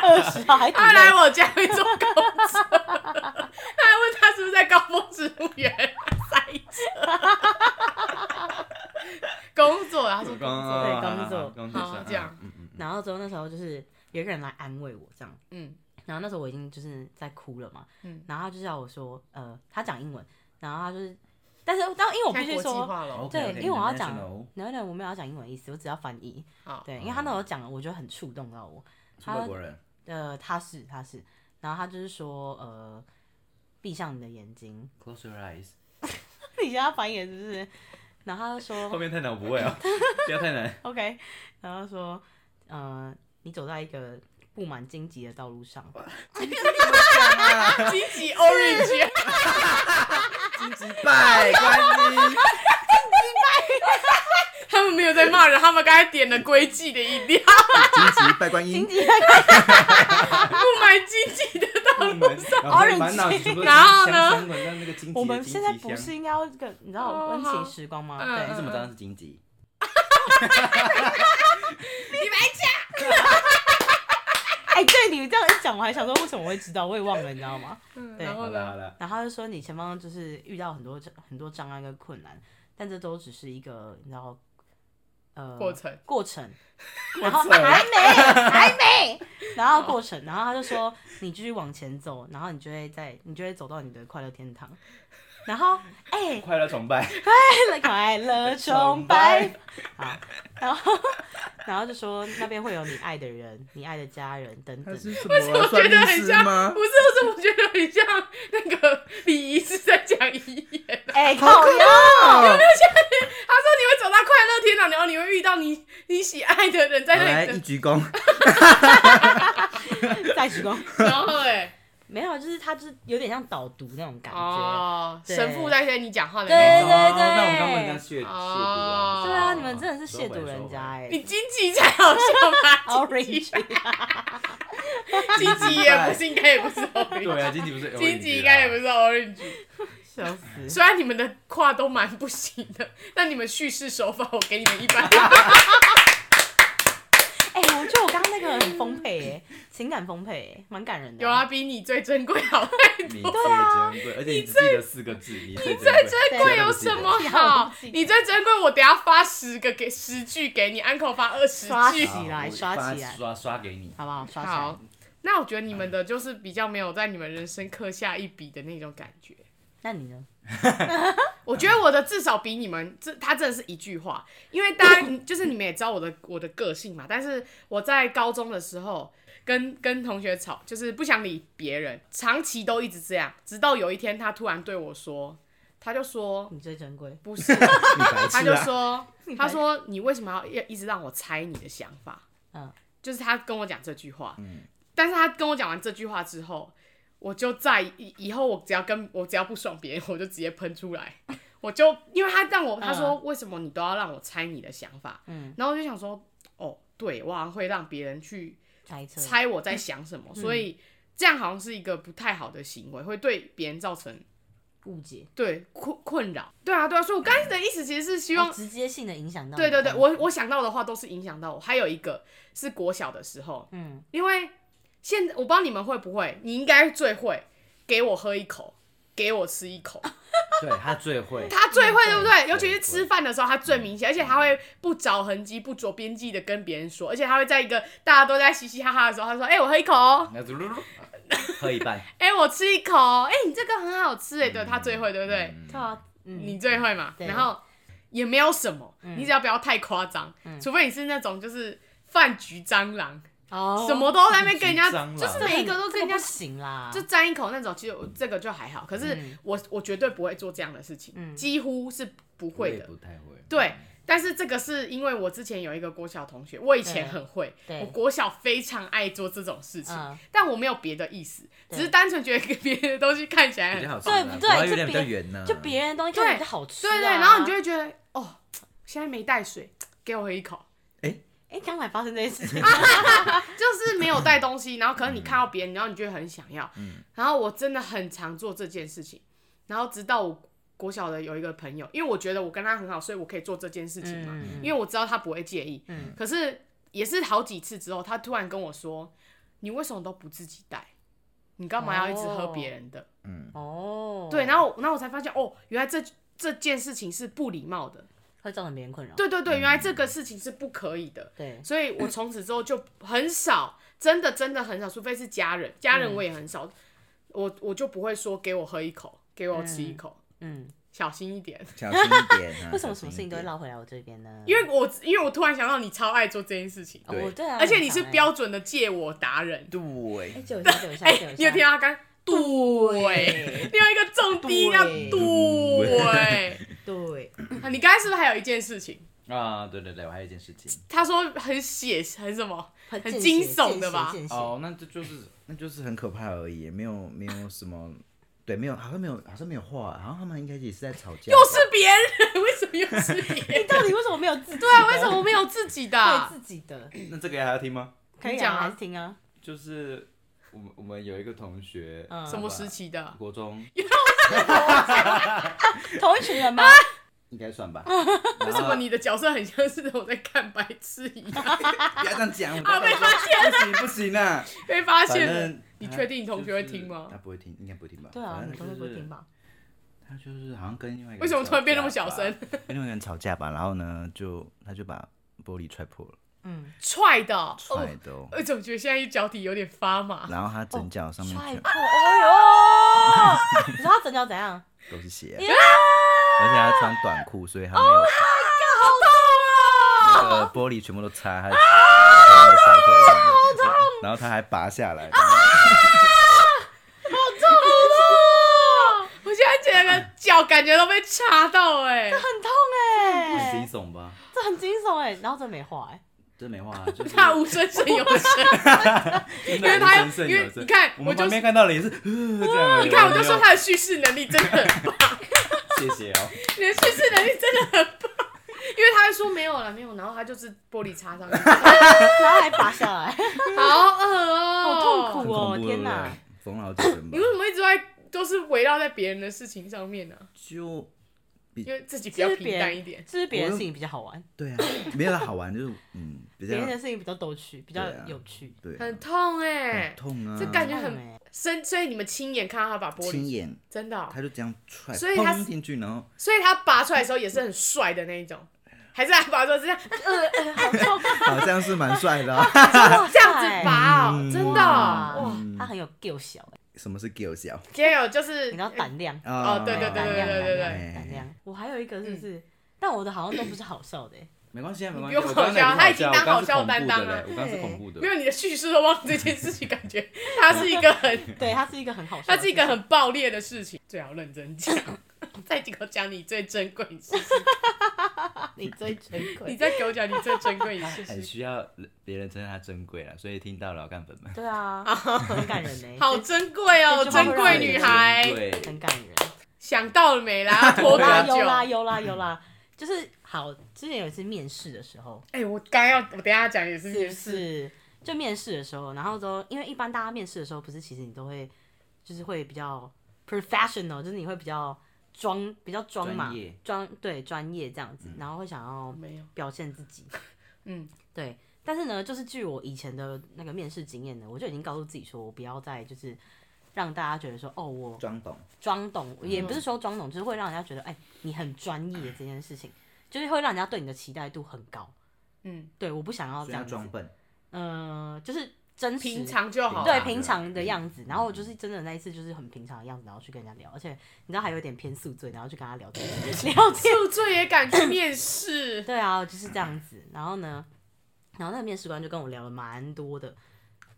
Speaker 2: 二十号 还
Speaker 3: 他
Speaker 2: 他
Speaker 3: 来我家会坐公车，他还问他是不是在高峰植物园塞车，工作，他说工作，
Speaker 2: 对工
Speaker 4: 好
Speaker 2: 作
Speaker 4: 好工作
Speaker 3: 好
Speaker 4: 上
Speaker 3: 这样
Speaker 4: 嗯嗯嗯
Speaker 2: 然后之后那时候就是有一个人来安慰我这样，
Speaker 3: 嗯
Speaker 2: 然后那时候我已经就是在哭了嘛，
Speaker 3: 嗯，
Speaker 2: 然后他就叫我说，呃，他讲英文，然后他就是，但是但因为我必
Speaker 3: 现在
Speaker 2: 须
Speaker 3: 国际
Speaker 2: 说，
Speaker 3: 化了，
Speaker 4: OK，OK，
Speaker 2: 对因为我要
Speaker 4: international
Speaker 2: 讲 no no，我没有要讲英文的意思，我只要翻译。
Speaker 3: 好，
Speaker 2: 对，因为他那时候讲了，我觉得很触动到我。
Speaker 4: 是外国人，
Speaker 2: 呃，他是他是，然后他就是说，呃，闭上你的眼睛，
Speaker 4: Close your eyes。
Speaker 2: 你叫他翻译是不是？然后他就说
Speaker 4: 后面太难，我不会啊， 不要太难。
Speaker 2: OK，然后他说，呃，你走在一个布满荆棘的道路上，
Speaker 3: 积极 orange，啊
Speaker 4: 金鸡拜 观音，
Speaker 3: 他们没有在骂人，他们刚才点了归忌的饮料，
Speaker 4: 金鸡拜观
Speaker 2: 荆
Speaker 4: 音，
Speaker 2: 棘
Speaker 3: 不买积极的道路。
Speaker 4: 满 脑子全部都是
Speaker 3: 然后呢
Speaker 4: 香香的那个荆棘的荆棘香
Speaker 2: 我们现在不是应该要这个你知道
Speaker 3: 哦
Speaker 2: 温
Speaker 3: 好
Speaker 2: 情时光吗？
Speaker 3: 嗯
Speaker 4: 你
Speaker 2: 对，
Speaker 4: 怎么知道那是荆棘？
Speaker 3: 你白讲，
Speaker 2: 哎，对你这样一讲，我还想说为什么我会知道，我也忘了，你知道吗？对
Speaker 3: 然后
Speaker 4: 好了
Speaker 3: 呢？
Speaker 4: 好了，
Speaker 2: 然后他就说你前方就是遇到很多很多障碍跟困难，但这都只是一个你知道，呃，
Speaker 3: 过程
Speaker 2: 过程，然 后
Speaker 4: 程
Speaker 2: 还没还没，然后过程，然后他就说你继续往前走，然后你就会在你就会走到你的快乐天堂。然后， 哎、
Speaker 4: 快乐崇 拜，
Speaker 2: 快乐快乐崇拜，好，然后然后就说那边会有你爱的人、你爱的家人等等。
Speaker 4: 什么 啊？
Speaker 3: 我觉得
Speaker 4: 算
Speaker 3: 很
Speaker 4: 律师
Speaker 3: 像，
Speaker 4: 吗
Speaker 3: 不？是，不是，我觉得很像那个礼仪是在讲遗言。
Speaker 2: 哎、靠呀！
Speaker 3: 他说你会走到快乐天堂，然后你会遇到你你喜爱的人在
Speaker 4: 好来
Speaker 3: 那
Speaker 4: 一
Speaker 3: 里，
Speaker 4: 鞠躬，
Speaker 2: 再鞠躬，
Speaker 3: 然后哎、
Speaker 2: 没有，就是他就是有点像导读那种感觉。
Speaker 3: 哦，
Speaker 2: 对
Speaker 3: 神父在跟你讲话的
Speaker 2: 对
Speaker 3: 那种，
Speaker 2: 对对
Speaker 4: 哦那我们刚刚这样亵亵渎啊
Speaker 3: 哦！
Speaker 2: 对啊，你们真的是亵
Speaker 4: 收
Speaker 2: 渎
Speaker 4: 回
Speaker 2: 人家。哎、
Speaker 3: 你经济才好笑
Speaker 2: 哦
Speaker 3: 吧？经济
Speaker 2: Orange，
Speaker 3: 经济也不是，应该也不是
Speaker 4: 收
Speaker 3: orange，
Speaker 4: 回对啊，荆棘不是
Speaker 3: 经济应该也不
Speaker 4: 是。
Speaker 3: 是 orange。
Speaker 2: 笑死！
Speaker 3: 虽然你们的话都蛮不行的，但你们叙事手法我给你们一般。
Speaker 2: 哎、我觉得我刚刚那个很丰沛耶，情感丰沛耶，蛮感人的。
Speaker 3: 有啊，，比你最珍贵好太
Speaker 4: 你最珍
Speaker 3: 多。
Speaker 4: 贵，而且你只记得四个字，你最
Speaker 3: 你最
Speaker 4: 珍
Speaker 3: 珍贵有什么好？你最珍贵，我等下发十个给十句给你，uncle 发二十
Speaker 2: 刷
Speaker 3: 句
Speaker 2: 起。来刷起来
Speaker 4: 刷刷给你。
Speaker 2: 好不好？刷起来
Speaker 3: 好。，那我觉得你们的就是比较没有在你们人生刻下一笔的那种感觉。
Speaker 2: 那你呢？
Speaker 3: 我觉得我的至少比你们这，他真的是一句话，因为大家就是你们也知道我的我的个性嘛。但是我在高中的时候跟跟同学吵，就是不想理别人，长期都一直这样，直到有一天他突然对我说，他就说
Speaker 2: 你最珍贵。
Speaker 3: 不是，
Speaker 4: 你白痴
Speaker 3: 他
Speaker 4: 啊
Speaker 3: 就 说
Speaker 2: 你白
Speaker 3: 他
Speaker 2: 痴
Speaker 3: 说你为什么要一直让我猜你的想法？
Speaker 2: 嗯，
Speaker 3: 就是他跟我讲这句话，但是他跟我讲完这句话之后，我就在以以后我只要跟我只要不爽别人，我就直接喷 出来，我就因为他让
Speaker 2: 嗯
Speaker 3: 我他说为什么你都要让我猜你的想法，嗯，然后我就想说，哦，对我好像会让别人去
Speaker 2: 猜测。
Speaker 3: 猜我在想什么，
Speaker 2: 嗯
Speaker 3: 所以这样好像是一个不太好的行为，会对别人造成
Speaker 2: 误解，
Speaker 3: 对困困扰，对啊对啊，所以我刚才的意思其实是希望
Speaker 2: 哦直接性的影响到你。嗯
Speaker 3: 对对对，我我想到的话都是影响到我。还有一个是国小的时候，
Speaker 2: 嗯，
Speaker 3: 因为现在我不知道你们会不会，你应该最会给我喝一口，给我吃一口，
Speaker 4: 对他最会，
Speaker 3: 他最会，对不对？尤其是
Speaker 4: 对
Speaker 3: 吃饭的时候，他最明显，而且他会不着痕迹、不着边际的跟别人说，而且他会在一个大家都在嘻嘻哈哈的时候，他说：“哎、我喝一口哦，
Speaker 4: 那噜噜噜喝一半，
Speaker 3: 哎、我吃一口哦，哎、你这个很好吃哎。”对，他最会，对不对？
Speaker 2: 对啊，嗯，
Speaker 3: 你最会嘛，
Speaker 2: 对
Speaker 3: 然后也没有什么，你只要不要太夸张，除非你是那种就是饭局蟑螂，
Speaker 2: 哦
Speaker 3: 什么都在那边跟人家
Speaker 4: 饭局蟑，螂
Speaker 3: 就是每一个都跟人家
Speaker 2: 这个不嗯行啦，
Speaker 3: 就沾一口那种，其实我这个就还好。可是我我绝对不会做这样的事情，
Speaker 2: 嗯
Speaker 3: 几乎是不
Speaker 4: 我
Speaker 3: 会
Speaker 4: 也
Speaker 3: 的。
Speaker 4: 不嗯太会。
Speaker 3: 对，但是这个是因为我之前有一个国小同学，我以前
Speaker 2: 对
Speaker 3: 很会，
Speaker 2: 对
Speaker 3: 我国小非常爱做这种事情，
Speaker 2: 嗯
Speaker 3: 但我没有别的意思，
Speaker 2: 对
Speaker 3: 只是单纯觉得别的东西看起来很
Speaker 4: 比较好吃
Speaker 2: 对
Speaker 4: 啊，
Speaker 2: 不
Speaker 4: 国外
Speaker 2: 对？
Speaker 4: 月亮比较
Speaker 2: 就
Speaker 4: 圆呢
Speaker 2: 别，就别人的东西看
Speaker 3: 对，
Speaker 2: 起来好吃啊，
Speaker 3: 对对，然后你就会觉得，哦，现在没带水，给我喝一口，
Speaker 2: 哎，刚才发生这件事情，
Speaker 3: 啊就是没有带东西，然后可能你看到别人，然后你就会很想要，然后我真的很常做这件事情，然后直到我。国小的有一个朋友，因为我觉得我跟他很好，所以我可以做这件事情嘛，
Speaker 2: 嗯
Speaker 3: 因为我知道他不会介意。
Speaker 2: 嗯
Speaker 3: 可是也是好几次之后，他突然跟我说：“你为什么都不自己带？你干嘛要一直喝别人的？”
Speaker 4: 嗯，
Speaker 2: 哦，
Speaker 3: 对，然
Speaker 2: 后
Speaker 3: 后然后我才发现，哦，原来这这件事情是不礼貌的。
Speaker 2: 会造成别人困扰，
Speaker 3: 对对对，原来这个事情是不可以的，
Speaker 2: 对，
Speaker 3: 所以我从此之后就很少，真的真的很少，除非是家人，家
Speaker 2: 嗯
Speaker 3: 人我也很少，我我就不会说给我喝一口，给我吃一口，
Speaker 2: 嗯，
Speaker 3: 小心一点，
Speaker 4: 小心一点 啊。
Speaker 2: 为什么什么事
Speaker 4: 小心一点
Speaker 2: 情都会？绕回来我这边呢？
Speaker 3: 因为我因为我突然想到你超爱做这件事情，
Speaker 2: 哦我对啊，
Speaker 3: 而且你是
Speaker 2: 很常欸
Speaker 3: 标准的借我达人，
Speaker 2: 哎，
Speaker 4: 对，
Speaker 2: 久一下，久一下，
Speaker 3: 哎、
Speaker 2: 久一下
Speaker 3: 你有听到他刚对，
Speaker 2: 对
Speaker 3: 你有一个重低要
Speaker 2: 对
Speaker 3: 对，
Speaker 2: 对，
Speaker 3: 啊你刚才是不是还有一件事情？
Speaker 4: 啊，对对对，我还有一件事情。
Speaker 3: 他说很写很什么？
Speaker 2: 很
Speaker 3: 很
Speaker 2: 见
Speaker 3: 惊
Speaker 2: 血
Speaker 3: 悚
Speaker 2: 见
Speaker 3: 的
Speaker 2: 血
Speaker 3: 吧
Speaker 2: 见血
Speaker 4: 哦，那这就是那就是很可怕而已，没有没有什么，对，没有好像没有好像没有话，好像他们应该也是在吵架
Speaker 3: 又
Speaker 4: 吧。
Speaker 3: 是别人， 为什么又是别 人？
Speaker 2: 到底为什么没有自己？
Speaker 3: 对啊，为什么没有自己的啊、
Speaker 2: 对自己的？
Speaker 4: 那这个还要听吗？
Speaker 2: 可以
Speaker 3: 你讲啊
Speaker 2: 啊，还是听啊？
Speaker 4: 就是我们我们有一个同学，
Speaker 2: 嗯
Speaker 3: 什么时？期的？
Speaker 4: 国中
Speaker 2: 同一群人吗？
Speaker 3: 啊
Speaker 4: 应该算吧。
Speaker 3: 为
Speaker 4: 为
Speaker 3: 什么你的角色很像是我在看白痴一 样？
Speaker 4: 不要这样讲？啊，被发现不行不行啊！
Speaker 3: 被发
Speaker 4: 反
Speaker 3: 现了
Speaker 4: 正，
Speaker 3: 你
Speaker 4: 他
Speaker 3: 确定你同学会
Speaker 4: 就是
Speaker 3: 听吗
Speaker 4: 他不会听，应该不会听吧？
Speaker 2: 对啊，
Speaker 4: 反正
Speaker 2: 你同学不会听吧？
Speaker 4: 就是？他就是好像跟另外一个
Speaker 3: 为什么突然变那么小
Speaker 4: 人
Speaker 3: 声
Speaker 4: 吵架？ 吧？跟另外一个人吵架吧，然后呢，就他就把玻璃踹破了，
Speaker 2: 嗯，
Speaker 3: 踹的哦，
Speaker 4: 踹的哦
Speaker 3: 哦，我怎么觉得现在脚底有点发麻？
Speaker 4: 然后他整脚上面
Speaker 2: 踹
Speaker 4: 全
Speaker 2: 破，
Speaker 3: 哦
Speaker 2: 哎呦！你知道他整脚怎样？
Speaker 4: 都是血，而且他穿短裤，所以他没有
Speaker 3: 好痛哦！
Speaker 4: 那个玻璃全部都擦他的他的小腿上面，
Speaker 3: 啊
Speaker 4: 然后他还拔下来，
Speaker 3: 痛哦！ 我现在整个脚感觉都被插到 哎、
Speaker 2: 很痛
Speaker 4: 很惊
Speaker 2: 哎，
Speaker 4: 悚吧？
Speaker 2: 这很惊悚哎，然后这没话哎，
Speaker 4: 真没话啊，就是
Speaker 3: 他无声胜有 声，
Speaker 4: 因
Speaker 3: 因为他因为你看
Speaker 4: 我
Speaker 3: 我
Speaker 4: 们
Speaker 3: 就
Speaker 4: 旁边
Speaker 3: 是
Speaker 4: 看到了也是呃这样而已，
Speaker 3: 你看我就
Speaker 4: 没有
Speaker 3: 说他的叙事能力真的 很棒，
Speaker 4: 谢谢 哦，
Speaker 3: 你的叙事能力真的很棒，因为他会说没有了没有，然后他就是玻璃 插上去，
Speaker 2: 然后还拔下来，
Speaker 3: 好恶哦、
Speaker 2: 好痛苦
Speaker 4: 很恐
Speaker 2: 哇
Speaker 4: 怖，
Speaker 2: 天哪
Speaker 4: 哪，缝了好几针吧
Speaker 3: 你为，什么一直在都是围绕在别人的事情上面呢、
Speaker 4: 就比
Speaker 3: 因为自己 比
Speaker 2: 是
Speaker 3: 较
Speaker 2: 不是
Speaker 3: 平
Speaker 2: 别
Speaker 3: 淡一
Speaker 2: 人，
Speaker 3: 点。
Speaker 2: 是不是别人的事情比较好玩，
Speaker 4: 对啊，没有它好玩，就是嗯比较
Speaker 2: 别人的事情比较逗趣，比较
Speaker 4: 对啊
Speaker 2: 有趣。
Speaker 4: 对啊
Speaker 3: 很痛哎、
Speaker 4: 很痛啊，
Speaker 3: 这感觉
Speaker 2: 痛
Speaker 3: 很
Speaker 2: 欸
Speaker 3: 深，所以你们亲眼看到他把玻
Speaker 4: 亲
Speaker 3: 璃，
Speaker 4: 眼，
Speaker 3: 真的哦、
Speaker 4: 他就这样踹，
Speaker 3: 所以它是
Speaker 4: 砰进去，然后
Speaker 3: 所以他拔出来的时候也是很帅的那一种，还是他拔出来是这样
Speaker 4: 好像是蛮帅的啊。
Speaker 3: 这样子拔哦、
Speaker 4: 嗯
Speaker 3: 真的
Speaker 2: 欸哇
Speaker 3: 哦、哇
Speaker 2: 他很有 g 小欸，
Speaker 4: 什么是 g i l 小？
Speaker 3: ，Gail 就是
Speaker 2: 你知道胆量，
Speaker 3: 哦对对对
Speaker 2: 胆
Speaker 3: 对
Speaker 2: 量，
Speaker 3: 对对嗯
Speaker 2: 胆
Speaker 4: 对
Speaker 2: 量，胆量。我还有一个是不是？但我的好像都不是好笑的欸，
Speaker 4: 没关系啊，没关
Speaker 3: 不用
Speaker 4: 系。我刚才
Speaker 3: 好笑他已
Speaker 4: 也
Speaker 3: 经
Speaker 4: 不
Speaker 3: 当好
Speaker 4: 好
Speaker 3: 笑
Speaker 4: 笑，
Speaker 3: 担当了
Speaker 4: 我刚才是恐怖的
Speaker 3: 没
Speaker 4: 嘞，
Speaker 3: 有你的叙述都忘记这件事情，感觉它是一个很，
Speaker 2: 对，它是一个很好笑的
Speaker 3: 它
Speaker 2: 事情，
Speaker 3: 是一个很爆裂的事情，最好认真讲。再给我讲你最珍贵的事情，
Speaker 2: 你最珍贵
Speaker 3: 你。再给我讲你最珍贵的事
Speaker 4: 我刚才
Speaker 3: 情，
Speaker 4: 很需要别人称赞他珍贵了，所以听到老干粉们。
Speaker 2: 对啊，很感人呢，
Speaker 3: 好珍贵哦，
Speaker 2: 哎这句话
Speaker 3: 珍
Speaker 2: 会让
Speaker 3: 贵
Speaker 2: 人
Speaker 3: 女孩，
Speaker 4: 对，
Speaker 2: 很感人。
Speaker 3: 想到了没啦？拖
Speaker 2: 有
Speaker 3: 多
Speaker 2: 啦啊有
Speaker 3: 久？
Speaker 2: 啦有啦有啦，就是好，之前有一次面试的时候，
Speaker 3: 哎、我刚要，我等一下讲也是
Speaker 2: 是
Speaker 3: 面
Speaker 2: 不
Speaker 3: 试，
Speaker 2: 是？就面试的时候，然后都因为一般大家面试的时候，不是其实你都会就是会比较 professional，就是你会比较装比较装嘛
Speaker 4: 专业，嗯
Speaker 2: 装对专业这样子，然后会想要
Speaker 3: 没有，
Speaker 2: 表现自己，
Speaker 3: 嗯，
Speaker 2: 对。但是呢，就是据我以前的那个面试经验呢，我就已经告诉自己说，我不要再就是让大家觉得说，哦，我
Speaker 4: 装懂，
Speaker 2: 装懂，也
Speaker 3: 嗯
Speaker 2: 不是说装懂，就是会让人家觉得，哎、你很专业这件事情，就是会让人家对你的期待度很高。
Speaker 3: 嗯，
Speaker 2: 对，我不想要这
Speaker 4: 所以要
Speaker 2: 样子
Speaker 4: 装，笨。
Speaker 2: 呃，就是真实
Speaker 3: 平常就好啦。
Speaker 2: 对
Speaker 4: 啊嗯
Speaker 2: 平常的样子。然后我就是真的那一次就是很平常的样子，然后去跟人家聊，而且你知道还有点偏宿醉，然后去跟他聊天 聊天。
Speaker 3: 宿醉也敢去面 试，
Speaker 2: 对啊，就是这样子。然后呢，然后那个面试官就跟我聊了蛮多的，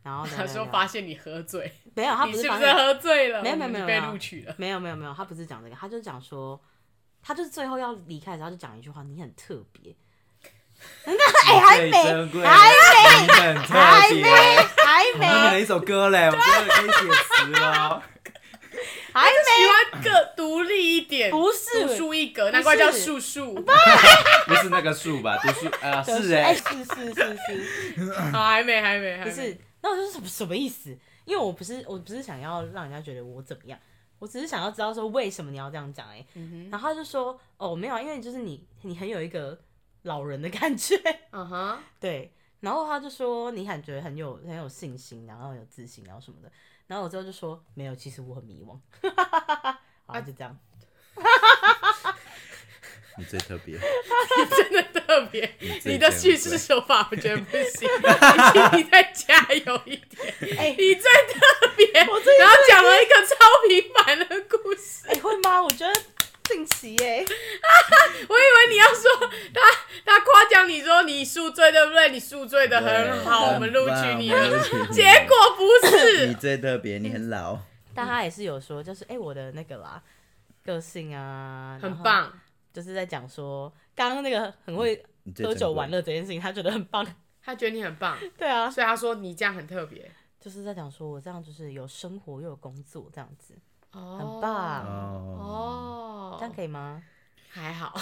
Speaker 2: 然后
Speaker 3: 他
Speaker 2: 呢，
Speaker 3: 说发现你喝醉，
Speaker 2: 没哦有，他
Speaker 3: 你
Speaker 2: 不是
Speaker 3: 是不
Speaker 2: 发
Speaker 3: 是
Speaker 2: 现
Speaker 3: 喝醉了？
Speaker 2: 没有没有
Speaker 3: 我
Speaker 2: 没
Speaker 3: 们
Speaker 2: 有
Speaker 3: 被
Speaker 2: 没有
Speaker 3: 录取 了。
Speaker 2: 没有没有没有，他不是讲这个，他就讲说，他就是最后要离开的时候，他就讲一句话，你很特别。 那哎、还
Speaker 4: 最
Speaker 2: 没
Speaker 4: 珍贵的你很特
Speaker 2: 还
Speaker 4: 别
Speaker 2: 没还
Speaker 4: 我们
Speaker 2: 没
Speaker 4: 了一首歌嘞，我真的可以写词了。
Speaker 2: 还没，
Speaker 3: 喜欢个独立一点，
Speaker 2: 不是
Speaker 3: 独树一格，难怪叫树树。
Speaker 4: 不是那个树吧？读书啊，
Speaker 2: 就是哎、
Speaker 4: 哎，
Speaker 2: 是是是是，
Speaker 3: 好，啊还没，还没，还
Speaker 2: 不
Speaker 3: 没。
Speaker 2: 是，那我就是什么什么意思？因为我不是我不是想要让人家觉得我怎么样，我只是想要知道说为什么你要这样讲哎、
Speaker 3: 嗯
Speaker 2: 然后他就说哦没有啊，因为就是你你很有一个老人的感觉，
Speaker 3: 嗯 哼，
Speaker 2: 对，然后他就说你感觉很有很有信心，然后有自信，然后什么的。然后我之后就说没有，其实我很迷惘。好，
Speaker 3: 啊
Speaker 2: 就这样。
Speaker 4: 你最特别，
Speaker 3: 真的特别。
Speaker 4: 最
Speaker 3: 你的叙事手法我觉得不行，你再加油一点。
Speaker 2: 哎
Speaker 3: 你最特别，然
Speaker 2: 我最
Speaker 3: 后讲了一个超平凡的故事。
Speaker 2: 哎、会吗？我觉得近期哎、
Speaker 3: 我以为你要说他，他夸奖你说你宿醉对不对？你宿醉的很好，
Speaker 4: 对
Speaker 3: 我们录取你
Speaker 4: 我们
Speaker 3: 了
Speaker 4: 录取你。了
Speaker 3: 结果不
Speaker 4: 你
Speaker 3: 是，
Speaker 4: 最特别，你很老，
Speaker 2: 但他也是有说，就是哎、我的那个啦，个性啊，
Speaker 3: 很，棒。
Speaker 2: 就是在讲说刚刚那个很会
Speaker 4: 你最
Speaker 2: 喝酒玩
Speaker 4: 乐，
Speaker 2: 嗯乐这件事情，他觉得很棒。
Speaker 3: 他觉得你很棒，
Speaker 2: 对啊，
Speaker 3: 所以他说你这样很特别。
Speaker 2: 就是在讲说我这样就是有生活又有工作这样子，
Speaker 3: 哦
Speaker 2: 很棒，
Speaker 4: 哦，
Speaker 3: 哦
Speaker 2: 这样可以 吗？
Speaker 3: 还好，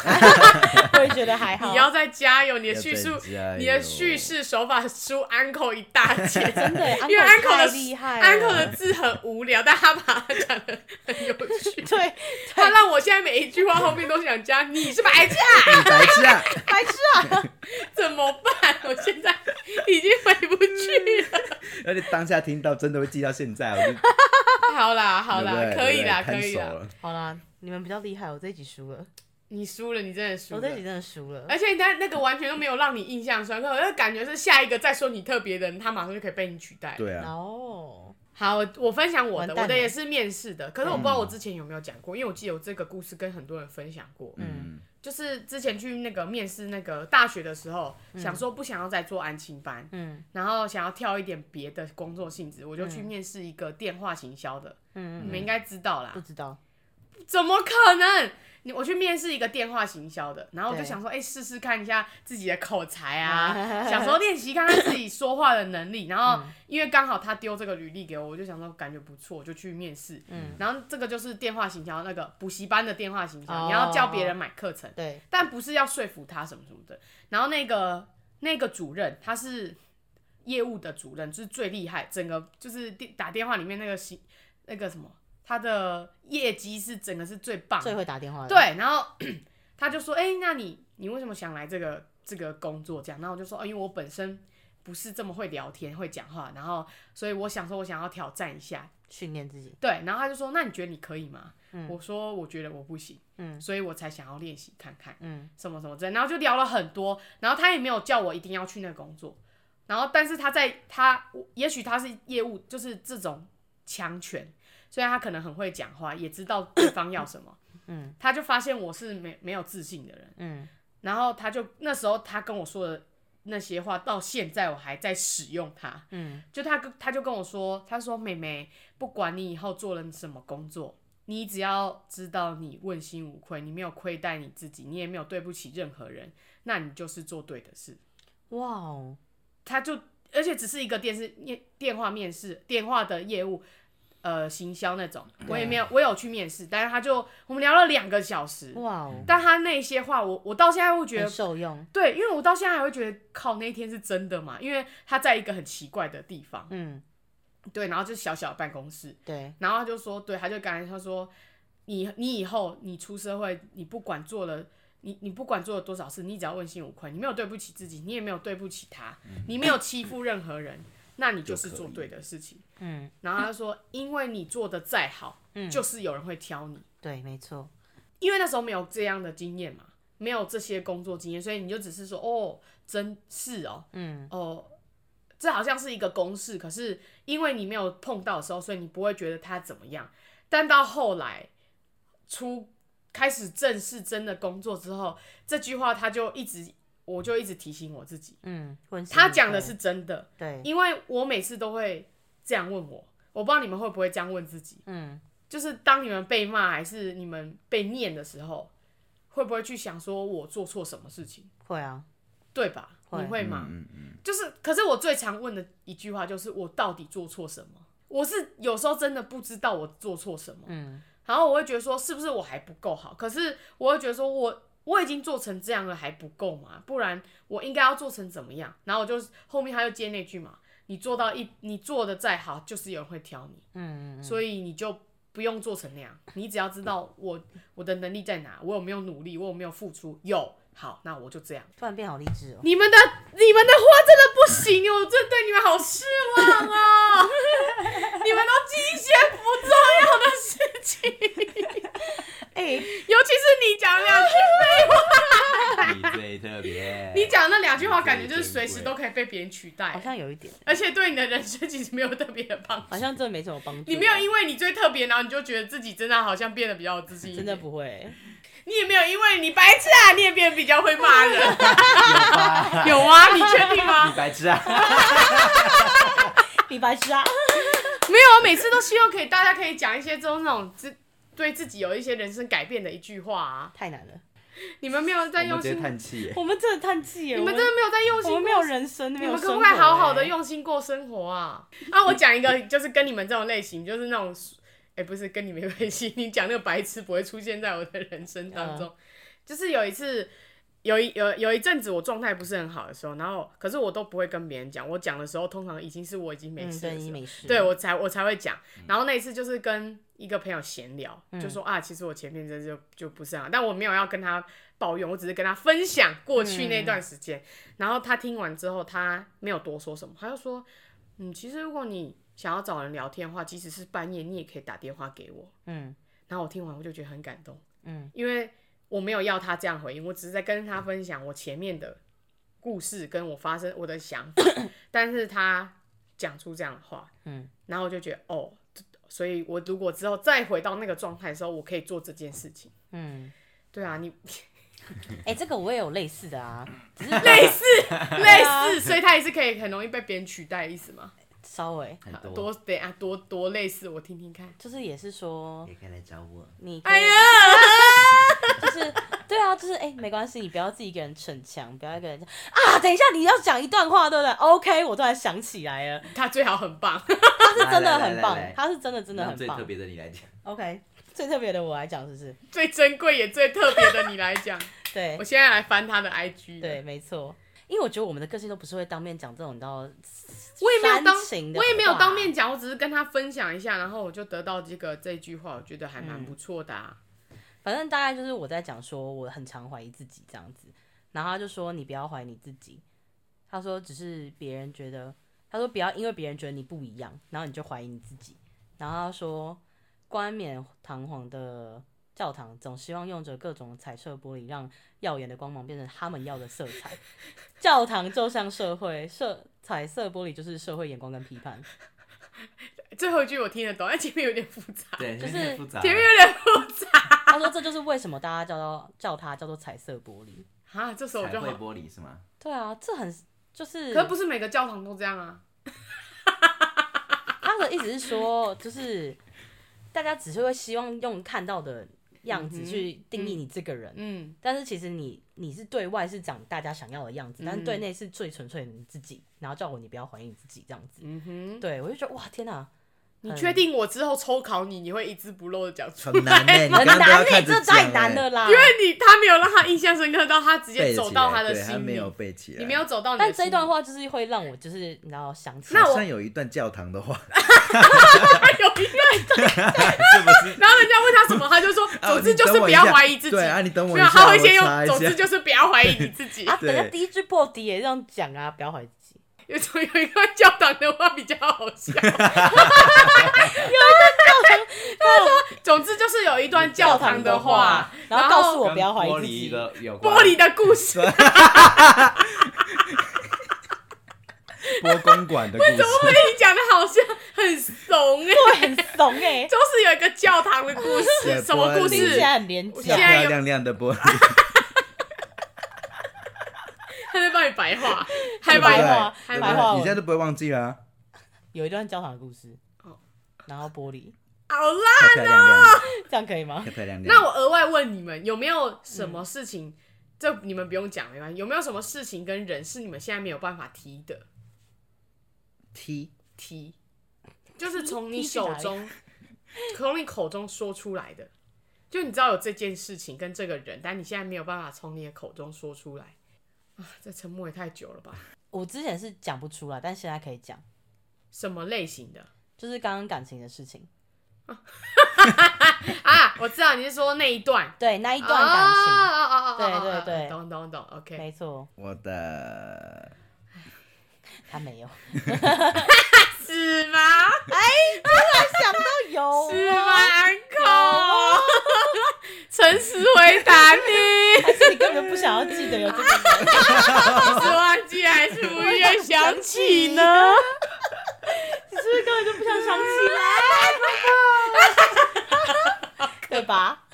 Speaker 2: 我也觉得还好。啊
Speaker 3: 你要再加油，你的
Speaker 4: 要
Speaker 3: 叙
Speaker 4: 再
Speaker 3: 述
Speaker 4: 加，油
Speaker 3: 你的叙事手法输 uncle 一大截， 真
Speaker 2: 对，
Speaker 3: 因为
Speaker 2: uncle
Speaker 3: uncle
Speaker 2: 太
Speaker 3: 的
Speaker 2: 厉害了
Speaker 3: uncle 的字很无聊，但他把它讲的很有趣。
Speaker 2: 对，
Speaker 3: 他让我现在每一句话后面都想加，你是白痴啊，
Speaker 4: 你白痴啊！
Speaker 2: 白痴啊！
Speaker 3: 怎么办？我现在已经回不去了。
Speaker 4: 而且当下听到真的会记到现在，我就
Speaker 3: 好啦，好
Speaker 4: 对
Speaker 3: 啦，
Speaker 4: 不对
Speaker 3: 可以啦，
Speaker 4: 对
Speaker 3: 可
Speaker 4: 不对
Speaker 3: 以
Speaker 4: 看熟
Speaker 3: 啦。
Speaker 4: 了
Speaker 2: 好啦，你们比较厉害，我这一集输了，
Speaker 3: 你输了，你真的输
Speaker 2: 我
Speaker 3: 了哎
Speaker 2: 这一。集真的输了。
Speaker 3: 而且他那个完全都没有让你印象深刻，那感觉是下一个再说你特别的人，他马上就可以被你取代。
Speaker 4: 对啊，
Speaker 2: 哦，
Speaker 3: 好，我分享我
Speaker 2: 完
Speaker 3: 的，
Speaker 2: 蛋
Speaker 3: 我的
Speaker 2: 了
Speaker 3: 也是面试的，可是我不知道我之前有没有讲过，因为我记得我这个故事跟很多人分享过，
Speaker 4: 嗯，
Speaker 3: 就是之前去那个面试那个大学的时候，想说不想要再做安亲班，
Speaker 2: 嗯
Speaker 3: 然后想要跳一点别的工作性质，我就去面试一个电话行销的，
Speaker 2: 嗯，
Speaker 3: 你们应该知道啦，
Speaker 2: 不知道，
Speaker 3: 怎么可能？你我去面试一个电话行销的，然后我就
Speaker 2: 对
Speaker 3: 想说，哎，试试看一下自己的口才 啊，想说练习看看自己说话的能力。然
Speaker 2: 嗯
Speaker 3: 后因为刚好他丢这个履历给我，我就想说感觉不错，我就去面试。嗯，然后这个就是电话行销那个补习班的电话行销，
Speaker 2: 哦
Speaker 3: 你要教别人买课程，
Speaker 2: 对，
Speaker 3: 但不是要说服他什么什么的。然后那个那个主任他是业务的主任，就是最厉害，整个就是电打电话里面那个行那个什么他的业绩是整个是最棒的，
Speaker 2: 最会打电话的，，
Speaker 3: 对，然后 他就说：“哎、那你你为什么想来这个这个工作？”这样，然后我就说：“哦、因为我本身不是这么会聊天、会讲话，然后所以我想说，我想要挑战一下。
Speaker 2: 训练自己。”
Speaker 3: 对，然后他就说：“那你觉得你可以吗？”我说：“我觉得我不行，
Speaker 2: 嗯
Speaker 3: 所以我才想要练习看看，
Speaker 2: 嗯，
Speaker 3: 什么什么之类。”然后就聊了很多，然后他也没有叫我一定要去那个工作，然后但是他在他我也许他是业务，就是这种强权，虽然他可能很会讲话，也知道对方要什么。他就发现我是没没有自信的人，
Speaker 2: 嗯，
Speaker 3: 然后他就那时候他跟我说的那些话，到现在我还在使用它，
Speaker 2: 嗯，
Speaker 3: 就他跟他就跟我说，他说妹妹，不管你以后做了什么工作，你只要知道你问心无愧，你没有亏待你自己，你也没有对不起任何人，那你就是做对的事。
Speaker 2: 哇哦，
Speaker 3: 他就而且只是一个电视面电话面试电话的业务，呃，行销那种，我也没有我有去面试，但是他就我们聊了两个小时，
Speaker 2: 哇嗯哦，
Speaker 3: 但他那些话我，我到现在会觉
Speaker 2: 很
Speaker 3: 得，
Speaker 2: 受用。
Speaker 3: 对，因为我到现在还会觉得，靠，那一天是真的嘛？因为他在一个很奇怪的地方，
Speaker 2: 嗯，
Speaker 3: 对，然后就是小小的办公室，
Speaker 2: 对，
Speaker 3: 然后他就说，对，他就感觉他说，你你以后你出社会，你不管做了。你你不管做了多少事，你只要问心无愧，你没有对不起自己，你也没有对不起他，你没有欺负任何人，那你就是
Speaker 4: 就可以
Speaker 3: 做对的事情。
Speaker 2: 嗯，
Speaker 3: 然后他说，因为你做的再好，就是有人会挑你。
Speaker 2: 对，没错，
Speaker 3: 因为那时候没有这样的经验嘛，没有这些工作经验，所以你就只是说哦，真是哦，
Speaker 2: 嗯，
Speaker 3: 哦，这好像是一个公式，可是因为你没有碰到的时候，所以你不会觉得它怎么样。但到后来出开始正式真的工作之后，这句话他就一直，我就一直提醒我自己，
Speaker 2: 嗯，问心
Speaker 3: 他
Speaker 2: 无
Speaker 3: 讲的
Speaker 2: 愧
Speaker 3: 是真的，
Speaker 2: 对，
Speaker 3: 因为我每次都会这样问我，我不知道你们会不会这样问自己，
Speaker 2: 嗯，
Speaker 3: 就是当你们被骂还是你们被念的时候，会不会去想说我做错什么事情，
Speaker 2: 会啊，
Speaker 3: 对吧？
Speaker 2: 会
Speaker 3: 你会吗？
Speaker 4: 嗯嗯
Speaker 3: 就是，可是我最常问的一句话就是我到底做错什么？我是有时候真的不知道我做错什么，
Speaker 2: 嗯，
Speaker 3: 然后我会觉得说是不是我还不够好？可是我会觉得说我我已经做成这样了还不够嘛？不然我应该要做成怎么样？然后我就后面他就接那句嘛，你做到一你做的再好，就是有人会挑你。
Speaker 2: 嗯，嗯
Speaker 3: 所以你就不用做成那样，你只要知道我我的能力在哪，我有没有努力，我有没有付出，有好，那我就这样。
Speaker 2: 突然变好励志哦。
Speaker 3: 你们的你们的话真的不行，我真的对你们好失望啊！ 你们都记一些不重要的事情，
Speaker 2: 哎、
Speaker 3: 尤其是你讲两句废话，
Speaker 4: 嗯，你最特别。
Speaker 3: 你讲那两句话，感觉就是随时都可以被别人取
Speaker 2: 好
Speaker 3: 代，
Speaker 2: 像有一点，
Speaker 3: 而且对你的人生其实没有特别的帮
Speaker 2: 好
Speaker 3: 助。
Speaker 2: 像真的没什么帮助。
Speaker 3: 你没有因为你最特别，然后你就觉得自己真的好像变得比较有自信一
Speaker 2: 真
Speaker 3: 点，
Speaker 2: 的不会，
Speaker 3: 你也没有因为你白痴啊，你也变得比较会骂人。 有啊，你确定吗
Speaker 4: 你？白痴啊！
Speaker 2: 你白痴啊！
Speaker 3: 没有，我每次都希望可以，大家可以讲一些这种那种自对自己有一些人生改变的一句话啊。
Speaker 2: 太难了，
Speaker 3: 你们没有在
Speaker 4: 我们
Speaker 3: 用
Speaker 4: 直接
Speaker 3: 心，
Speaker 4: 叹气耶。
Speaker 2: 我们真的叹气耶。
Speaker 3: 你们
Speaker 2: 我
Speaker 3: 真的没有在用
Speaker 2: 我
Speaker 3: 心
Speaker 2: 们没
Speaker 3: 过
Speaker 2: 有。人生，没
Speaker 3: 你
Speaker 2: 有
Speaker 3: 们可
Speaker 2: 生
Speaker 3: 不可以
Speaker 2: 活欸
Speaker 3: 好好的
Speaker 2: 耶？
Speaker 3: 用心过生活啊？啊，我讲一个，就是跟你们这种类型，就是那种，哎、不是跟你没关系，你讲那个白痴不会出现在我的人生当
Speaker 2: 嗯
Speaker 3: 中。就是有一次，有一有有一阵子我状态不是很好的时候，然后可是我都不会跟别人讲，我讲的时候通常已经是我已经没
Speaker 2: 嗯，
Speaker 3: 事的
Speaker 2: 对，你
Speaker 3: 时候，
Speaker 2: 没事。
Speaker 3: 对我才我才会讲。然后那一次就是跟一个朋友闲聊，就说啊，其实我前面真的就就不是很好，啊但我没有要跟他抱怨，我只是跟他分享过去那段时间。然后他听完之后，他没有多说什么，他就说，嗯，其实如果你想要找人聊天的话，即使是半夜，你也可以打电话给我。
Speaker 2: 嗯
Speaker 3: 然后我听完我就觉得很感动，
Speaker 2: 嗯，
Speaker 3: 因为我没有要他这样回应，我只是在跟他分享我前面的故事，跟我发生我的 想法，但是他讲出这样的话，
Speaker 2: 嗯，
Speaker 3: 然后我就觉得哦，这所以我如果之后再回到那个状态的时候，我可以做这件事情。
Speaker 2: 嗯，
Speaker 3: 对啊， 你
Speaker 2: 哎、这个我也有类似的啊，只是
Speaker 3: 嗯 类似
Speaker 2: 啊
Speaker 3: 类似，所以他也是可以很容易被别人取代，意思吗？
Speaker 2: 稍微
Speaker 4: 很
Speaker 3: 好多等一下多多类似，我听听看。
Speaker 2: 就是也是说
Speaker 4: 也可以来找我。
Speaker 2: 你可以
Speaker 3: 哎呀，
Speaker 2: 就是对啊，就是哎、没关系，你不要自己一个人逞强，不要一个人讲啊。等一下你要讲一段话，对不对？OK，我突然想起来了，
Speaker 3: 他最好很棒，
Speaker 2: 他是真的
Speaker 4: 来来
Speaker 2: 很棒，
Speaker 4: 来来来
Speaker 2: 他是真的真的
Speaker 4: 让
Speaker 2: 很
Speaker 4: 最
Speaker 2: 棒
Speaker 4: 特。别的你来讲，
Speaker 2: OK，最特别的我来讲，是不是？
Speaker 3: 最珍贵也最特别的你来讲，
Speaker 2: 对
Speaker 3: 我现在来翻他的 IG
Speaker 2: 哎
Speaker 3: 了。
Speaker 2: 对，没错。因为我觉得我们的个性都不是会当面讲这种到
Speaker 3: 我也没有当
Speaker 2: 煽情，的
Speaker 3: 我也没有
Speaker 2: 话
Speaker 3: 当面讲，我只是跟他分享一下，然后我就得到这个这句话，我觉得还蛮不错的、啊。
Speaker 2: 反正大概就是我在讲说，我很常怀疑自己这样子，然后他就说你不要怀疑你自己，他说只是别人觉得，他说不要因为别人觉得你不一样，然后你就怀疑你自己，然后他说冠冕堂皇的教堂总希望用着各种彩色玻璃让耀眼的光芒变成他们要的色彩，教堂就像社会，社彩色玻璃就是社会眼光跟批判，
Speaker 3: 最后一句我听得懂，但前面有点复杂，
Speaker 5: 对，
Speaker 2: 就是
Speaker 5: 有点复杂。
Speaker 3: 前面有点复杂。
Speaker 2: 他说这就是为什么大家叫到叫它叫做彩色玻璃，
Speaker 3: 啊，这时候我
Speaker 5: 彩
Speaker 3: 就
Speaker 5: 绘
Speaker 3: 好，
Speaker 5: 玻璃是吗？
Speaker 2: 对啊，这很就是，
Speaker 3: 可是不是每个教堂都这样啊。
Speaker 2: 他的意思是说，就是大家只是会希望用看到的样子去定义你这个人，
Speaker 3: 嗯，
Speaker 2: 但是其实你你是对外是长大家想要的样
Speaker 3: 嗯
Speaker 2: 子，但是对内是最纯粹的你自己，然后叫我你不要怀疑你自己这样子。嗯哼，对我就觉得哇，天哪，
Speaker 3: 你
Speaker 2: 嗯
Speaker 3: 确定我之后抽考你，你会一字不漏的讲出来？
Speaker 4: 很难欸呢、哎你
Speaker 2: 很
Speaker 4: 刚刚都
Speaker 2: 难
Speaker 4: 要
Speaker 2: 呢，
Speaker 4: 看着
Speaker 2: 这
Speaker 4: 讲、欸，
Speaker 2: 太难了啦
Speaker 3: 因。为你他没有让他印象深刻到他直接
Speaker 4: 背得
Speaker 3: 走
Speaker 4: 起
Speaker 3: 到
Speaker 4: 来
Speaker 3: 的
Speaker 4: 对他
Speaker 3: 心
Speaker 4: 没
Speaker 3: 里
Speaker 4: 有，背起来，
Speaker 3: 你没有。走到你的心
Speaker 2: 但
Speaker 3: 里。
Speaker 2: 这一段话就是会让我就是你知道想起来
Speaker 3: 那
Speaker 4: 好
Speaker 3: 我
Speaker 4: 像有一段教堂的话，
Speaker 3: 有一段， 然后人家问他什么，他就说，
Speaker 4: 啊
Speaker 3: 总之就
Speaker 4: 你
Speaker 3: 是
Speaker 4: 等我
Speaker 3: 不
Speaker 4: 一
Speaker 3: 要
Speaker 4: 下
Speaker 3: 怀疑自己。
Speaker 4: 对啊，你等我
Speaker 3: 没
Speaker 4: 一
Speaker 3: 有，
Speaker 4: 下，
Speaker 3: 他会先
Speaker 4: 我查
Speaker 3: 用，
Speaker 4: 一
Speaker 3: 总
Speaker 4: 下
Speaker 3: 之就是不要怀疑你自己。
Speaker 2: 啊，等下
Speaker 4: 对
Speaker 2: 第一句破题也这样讲啊，不要怀疑自己。
Speaker 3: 有种有一个教堂的话比较好笑，有一个教堂，他说，总之就是有一段教堂的话，
Speaker 2: 然后告诉我不要怀疑
Speaker 5: 跟玻
Speaker 2: 自
Speaker 5: 璃
Speaker 2: 己。
Speaker 5: 的有关
Speaker 3: 玻 璃的故事，
Speaker 4: 波公馆的故事，
Speaker 3: 我你讲的好像很怂哎、
Speaker 2: 对，很怂哎、
Speaker 3: 就是有一个教堂的故 事，
Speaker 4: 对
Speaker 3: 什么故
Speaker 4: 玻璃
Speaker 2: 听
Speaker 3: 事
Speaker 2: 起？来很廉价
Speaker 4: 漂
Speaker 3: 现。在有
Speaker 4: 漂亮亮的 玻璃，
Speaker 3: 他在帮你白话，还
Speaker 2: 太
Speaker 3: 白
Speaker 2: 白
Speaker 3: 话，
Speaker 2: 话，
Speaker 3: 还
Speaker 4: 对不对
Speaker 2: 白话
Speaker 4: 你现在
Speaker 2: 文
Speaker 4: 都不会忘记啊啦、
Speaker 2: 有一段教堂的故事
Speaker 3: 哦，
Speaker 2: 然后玻璃，
Speaker 3: 好啦。
Speaker 4: 漂漂亮亮的，
Speaker 2: 这样可以吗？
Speaker 4: 漂漂亮亮的。
Speaker 3: 那我额外问你们，有没有什么事情？这你们不用讲，没关系。有没有什么事情跟人是你们现在没有办法提的？
Speaker 4: T
Speaker 3: 提，就是从
Speaker 2: 踢
Speaker 3: 你
Speaker 2: 去
Speaker 3: 手
Speaker 2: 哪里
Speaker 3: 中， 从你口中说出来的。就你知道有这件事情跟这个人，但你现在没有办法从你的口中说出来啊！这沉默也太久了吧？
Speaker 2: 我之前是讲不出来，但现在可以讲，
Speaker 3: 什么类型的
Speaker 2: 就是刚刚感情的事情，
Speaker 3: 啊？我知道你是说那一段
Speaker 2: 对那一
Speaker 3: 一
Speaker 2: 段感情，
Speaker 3: 哦哦哦哦，
Speaker 2: 对
Speaker 3: 哦
Speaker 2: 对
Speaker 3: 哦
Speaker 2: 对
Speaker 3: 懂懂懂，OK。
Speaker 2: 没错，
Speaker 4: 我的
Speaker 2: 他没有，
Speaker 3: 是吗？
Speaker 2: 想到有
Speaker 3: 是吗，uncle？诚实回答你，
Speaker 2: 还是你根本不想要记得有这个人
Speaker 3: 是忘记还是不愿想起呢？？
Speaker 2: 你是不是根本就不想想起 来？对吧？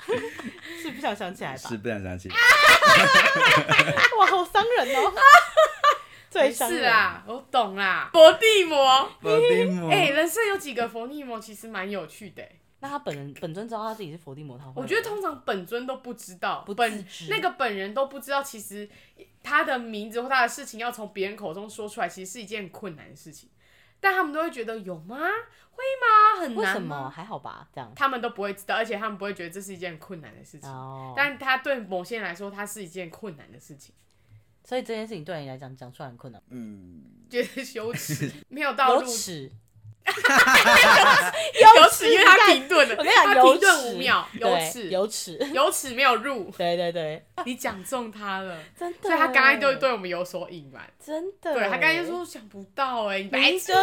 Speaker 2: 是不想想起来吧
Speaker 4: 是？不想想起，
Speaker 3: 哎
Speaker 2: 哇，好伤人 哦！最伤
Speaker 3: 是
Speaker 2: 人
Speaker 3: 啦，我懂啦，佛地魔。
Speaker 4: 伏地魔，
Speaker 3: 哎、
Speaker 2: 嗯
Speaker 3: 人生有几个佛地魔其实蛮有趣的、欸。
Speaker 2: 那他本人本尊知道他自己是伏地魔，他会
Speaker 3: 我觉得通常本尊都不知道，
Speaker 2: 嗯不自
Speaker 3: 本
Speaker 2: 知
Speaker 3: 那个本人都不知道，其实他的名字或他的事情要从别人口中说出来，其实是一件很困难的事情。但他们都会觉得有吗？会吗？很
Speaker 2: 为
Speaker 3: 难
Speaker 2: 什么
Speaker 3: 吗？
Speaker 2: 还好吧？这样
Speaker 3: 他们都不会知道，而且他们不会觉得这是一件很困难的事情。
Speaker 2: 哦，
Speaker 3: 但他对某些人来说，它是一件困难的事情，
Speaker 2: 所以这件事情对你来讲讲出来很困难，
Speaker 4: 嗯，
Speaker 3: 觉得羞耻， 没有道
Speaker 2: 有
Speaker 3: 路，
Speaker 2: 耻，
Speaker 3: 有耻，因为他停顿了，
Speaker 2: 我跟你讲，
Speaker 3: 他
Speaker 2: 有
Speaker 3: 停
Speaker 2: 耻
Speaker 3: 顿五秒，有
Speaker 2: 对
Speaker 3: 耻，
Speaker 2: 有耻，
Speaker 3: 有耻没有入，
Speaker 2: 对对对，
Speaker 3: 你讲中他 了，
Speaker 2: 真的，
Speaker 3: 所以他刚才就对我们有所隐瞒。
Speaker 2: 真的，
Speaker 3: 对他刚才就说想不到哎、你白
Speaker 2: 没
Speaker 3: 痴
Speaker 2: 说，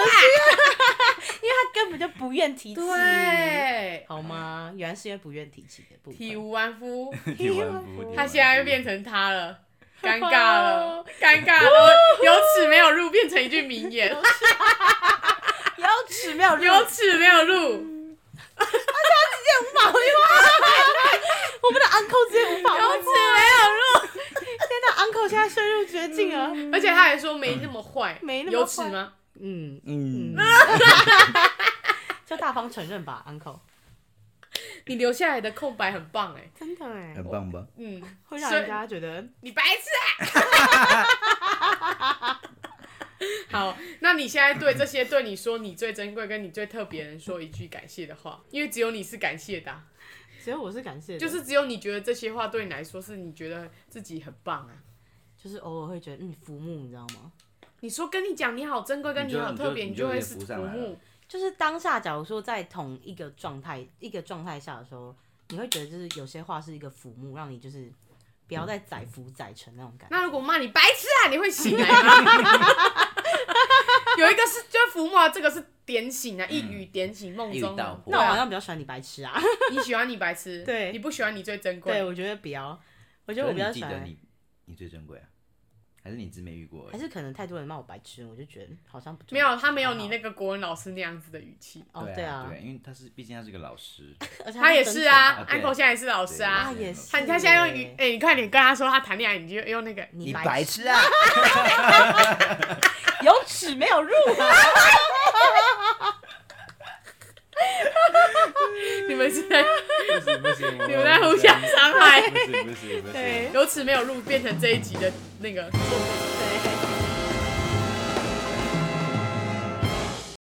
Speaker 2: 因为他根本就不愿提起，
Speaker 3: 对，
Speaker 2: 好吗？原来是因为不愿提起的部
Speaker 3: 体
Speaker 2: 分。
Speaker 3: 无完肤，
Speaker 4: 体完肤
Speaker 3: 哎他现在又变
Speaker 4: 成
Speaker 3: 成他了，尴尬 了，尴尬
Speaker 2: 哦
Speaker 3: 了，有齿没有入变成一句名言，
Speaker 2: 有耻没有辱，
Speaker 3: 有齿没 有入，
Speaker 2: 法会话， 我们的 uncle 直接无法
Speaker 3: 有
Speaker 2: 会
Speaker 3: 齿
Speaker 2: 话，
Speaker 3: 没有入，
Speaker 2: 天哪，uncle 现在陷入绝境啊！
Speaker 3: 而且他还说没那么坏，
Speaker 2: 没那么
Speaker 3: 有齿吗？
Speaker 2: 嗯，
Speaker 4: 嗯，
Speaker 2: 就大方承认吧，uncle，
Speaker 3: 你留下来的空白很棒哎、
Speaker 2: 真的哎
Speaker 4: 很棒吧？
Speaker 3: 嗯，
Speaker 2: 会让人家觉得
Speaker 3: 你白痴啊！ 好，那你现在对这些对你说你最珍贵跟你最特别的人说一句感谢的话，因为只有你是感谢的啊、
Speaker 2: 只有我是感谢的，
Speaker 3: 就是只有你觉得这些话对你来说是你觉得自己很棒啊。
Speaker 2: 就是偶尔会觉得嗯浮木，你知道吗？
Speaker 3: 你说跟你讲你好珍贵，跟
Speaker 4: 你就
Speaker 3: 好特别，
Speaker 4: 你
Speaker 3: 你
Speaker 4: 就
Speaker 3: 会
Speaker 4: 你就是有点浮
Speaker 3: 浮
Speaker 4: 上来了
Speaker 3: 木。
Speaker 2: 就是当下，假如说在同一个状态一个状态下的时候，你会觉得就是有些话是一个浮木，让你就是不要再载浮载沉嗯那种感觉。
Speaker 3: 那如果骂你白痴啊，你会醒来吗？ 有一个是就是浮木啊，这个是点醒啊，一语点醒梦
Speaker 4: 嗯一
Speaker 3: 中
Speaker 4: 语道
Speaker 3: 人。
Speaker 4: 破
Speaker 2: 那我好像比较喜欢你白痴啊，
Speaker 3: 你喜欢你白痴，
Speaker 2: 对
Speaker 3: 你不喜欢你最珍
Speaker 2: 对
Speaker 3: 贵。
Speaker 2: 我觉得比较，我觉得我
Speaker 4: 可是
Speaker 2: 比
Speaker 4: 你
Speaker 2: 较
Speaker 4: 记
Speaker 2: 喜
Speaker 4: 得
Speaker 2: 欢，
Speaker 4: 你你最珍贵啊，还是你只没遇过而已？
Speaker 2: 还是可能太多人骂我白痴，我就觉得好像不
Speaker 3: 没有，他没有你那个国文老师那样子的语气。
Speaker 2: 哦，
Speaker 4: 对
Speaker 2: 啊，
Speaker 4: 对，因为他是毕竟他是个老师，
Speaker 2: 而且
Speaker 3: 他也
Speaker 2: 真
Speaker 3: 是
Speaker 2: 诚
Speaker 3: 啊
Speaker 4: 啊对
Speaker 3: 安 n 现在也是老师啊
Speaker 2: 啊，。也是，
Speaker 3: 他他现在用语，哎，你快点跟他说他谈恋爱，你就用那个
Speaker 2: 你
Speaker 4: 白
Speaker 2: 白
Speaker 4: 痴啊！
Speaker 2: 有齿没 有入，
Speaker 3: 你们是在
Speaker 4: 不行不行，
Speaker 3: 你们在互相伤害， 哎
Speaker 4: 不行不行不行。
Speaker 2: 对
Speaker 3: 由此没有录，变成这一集的那个。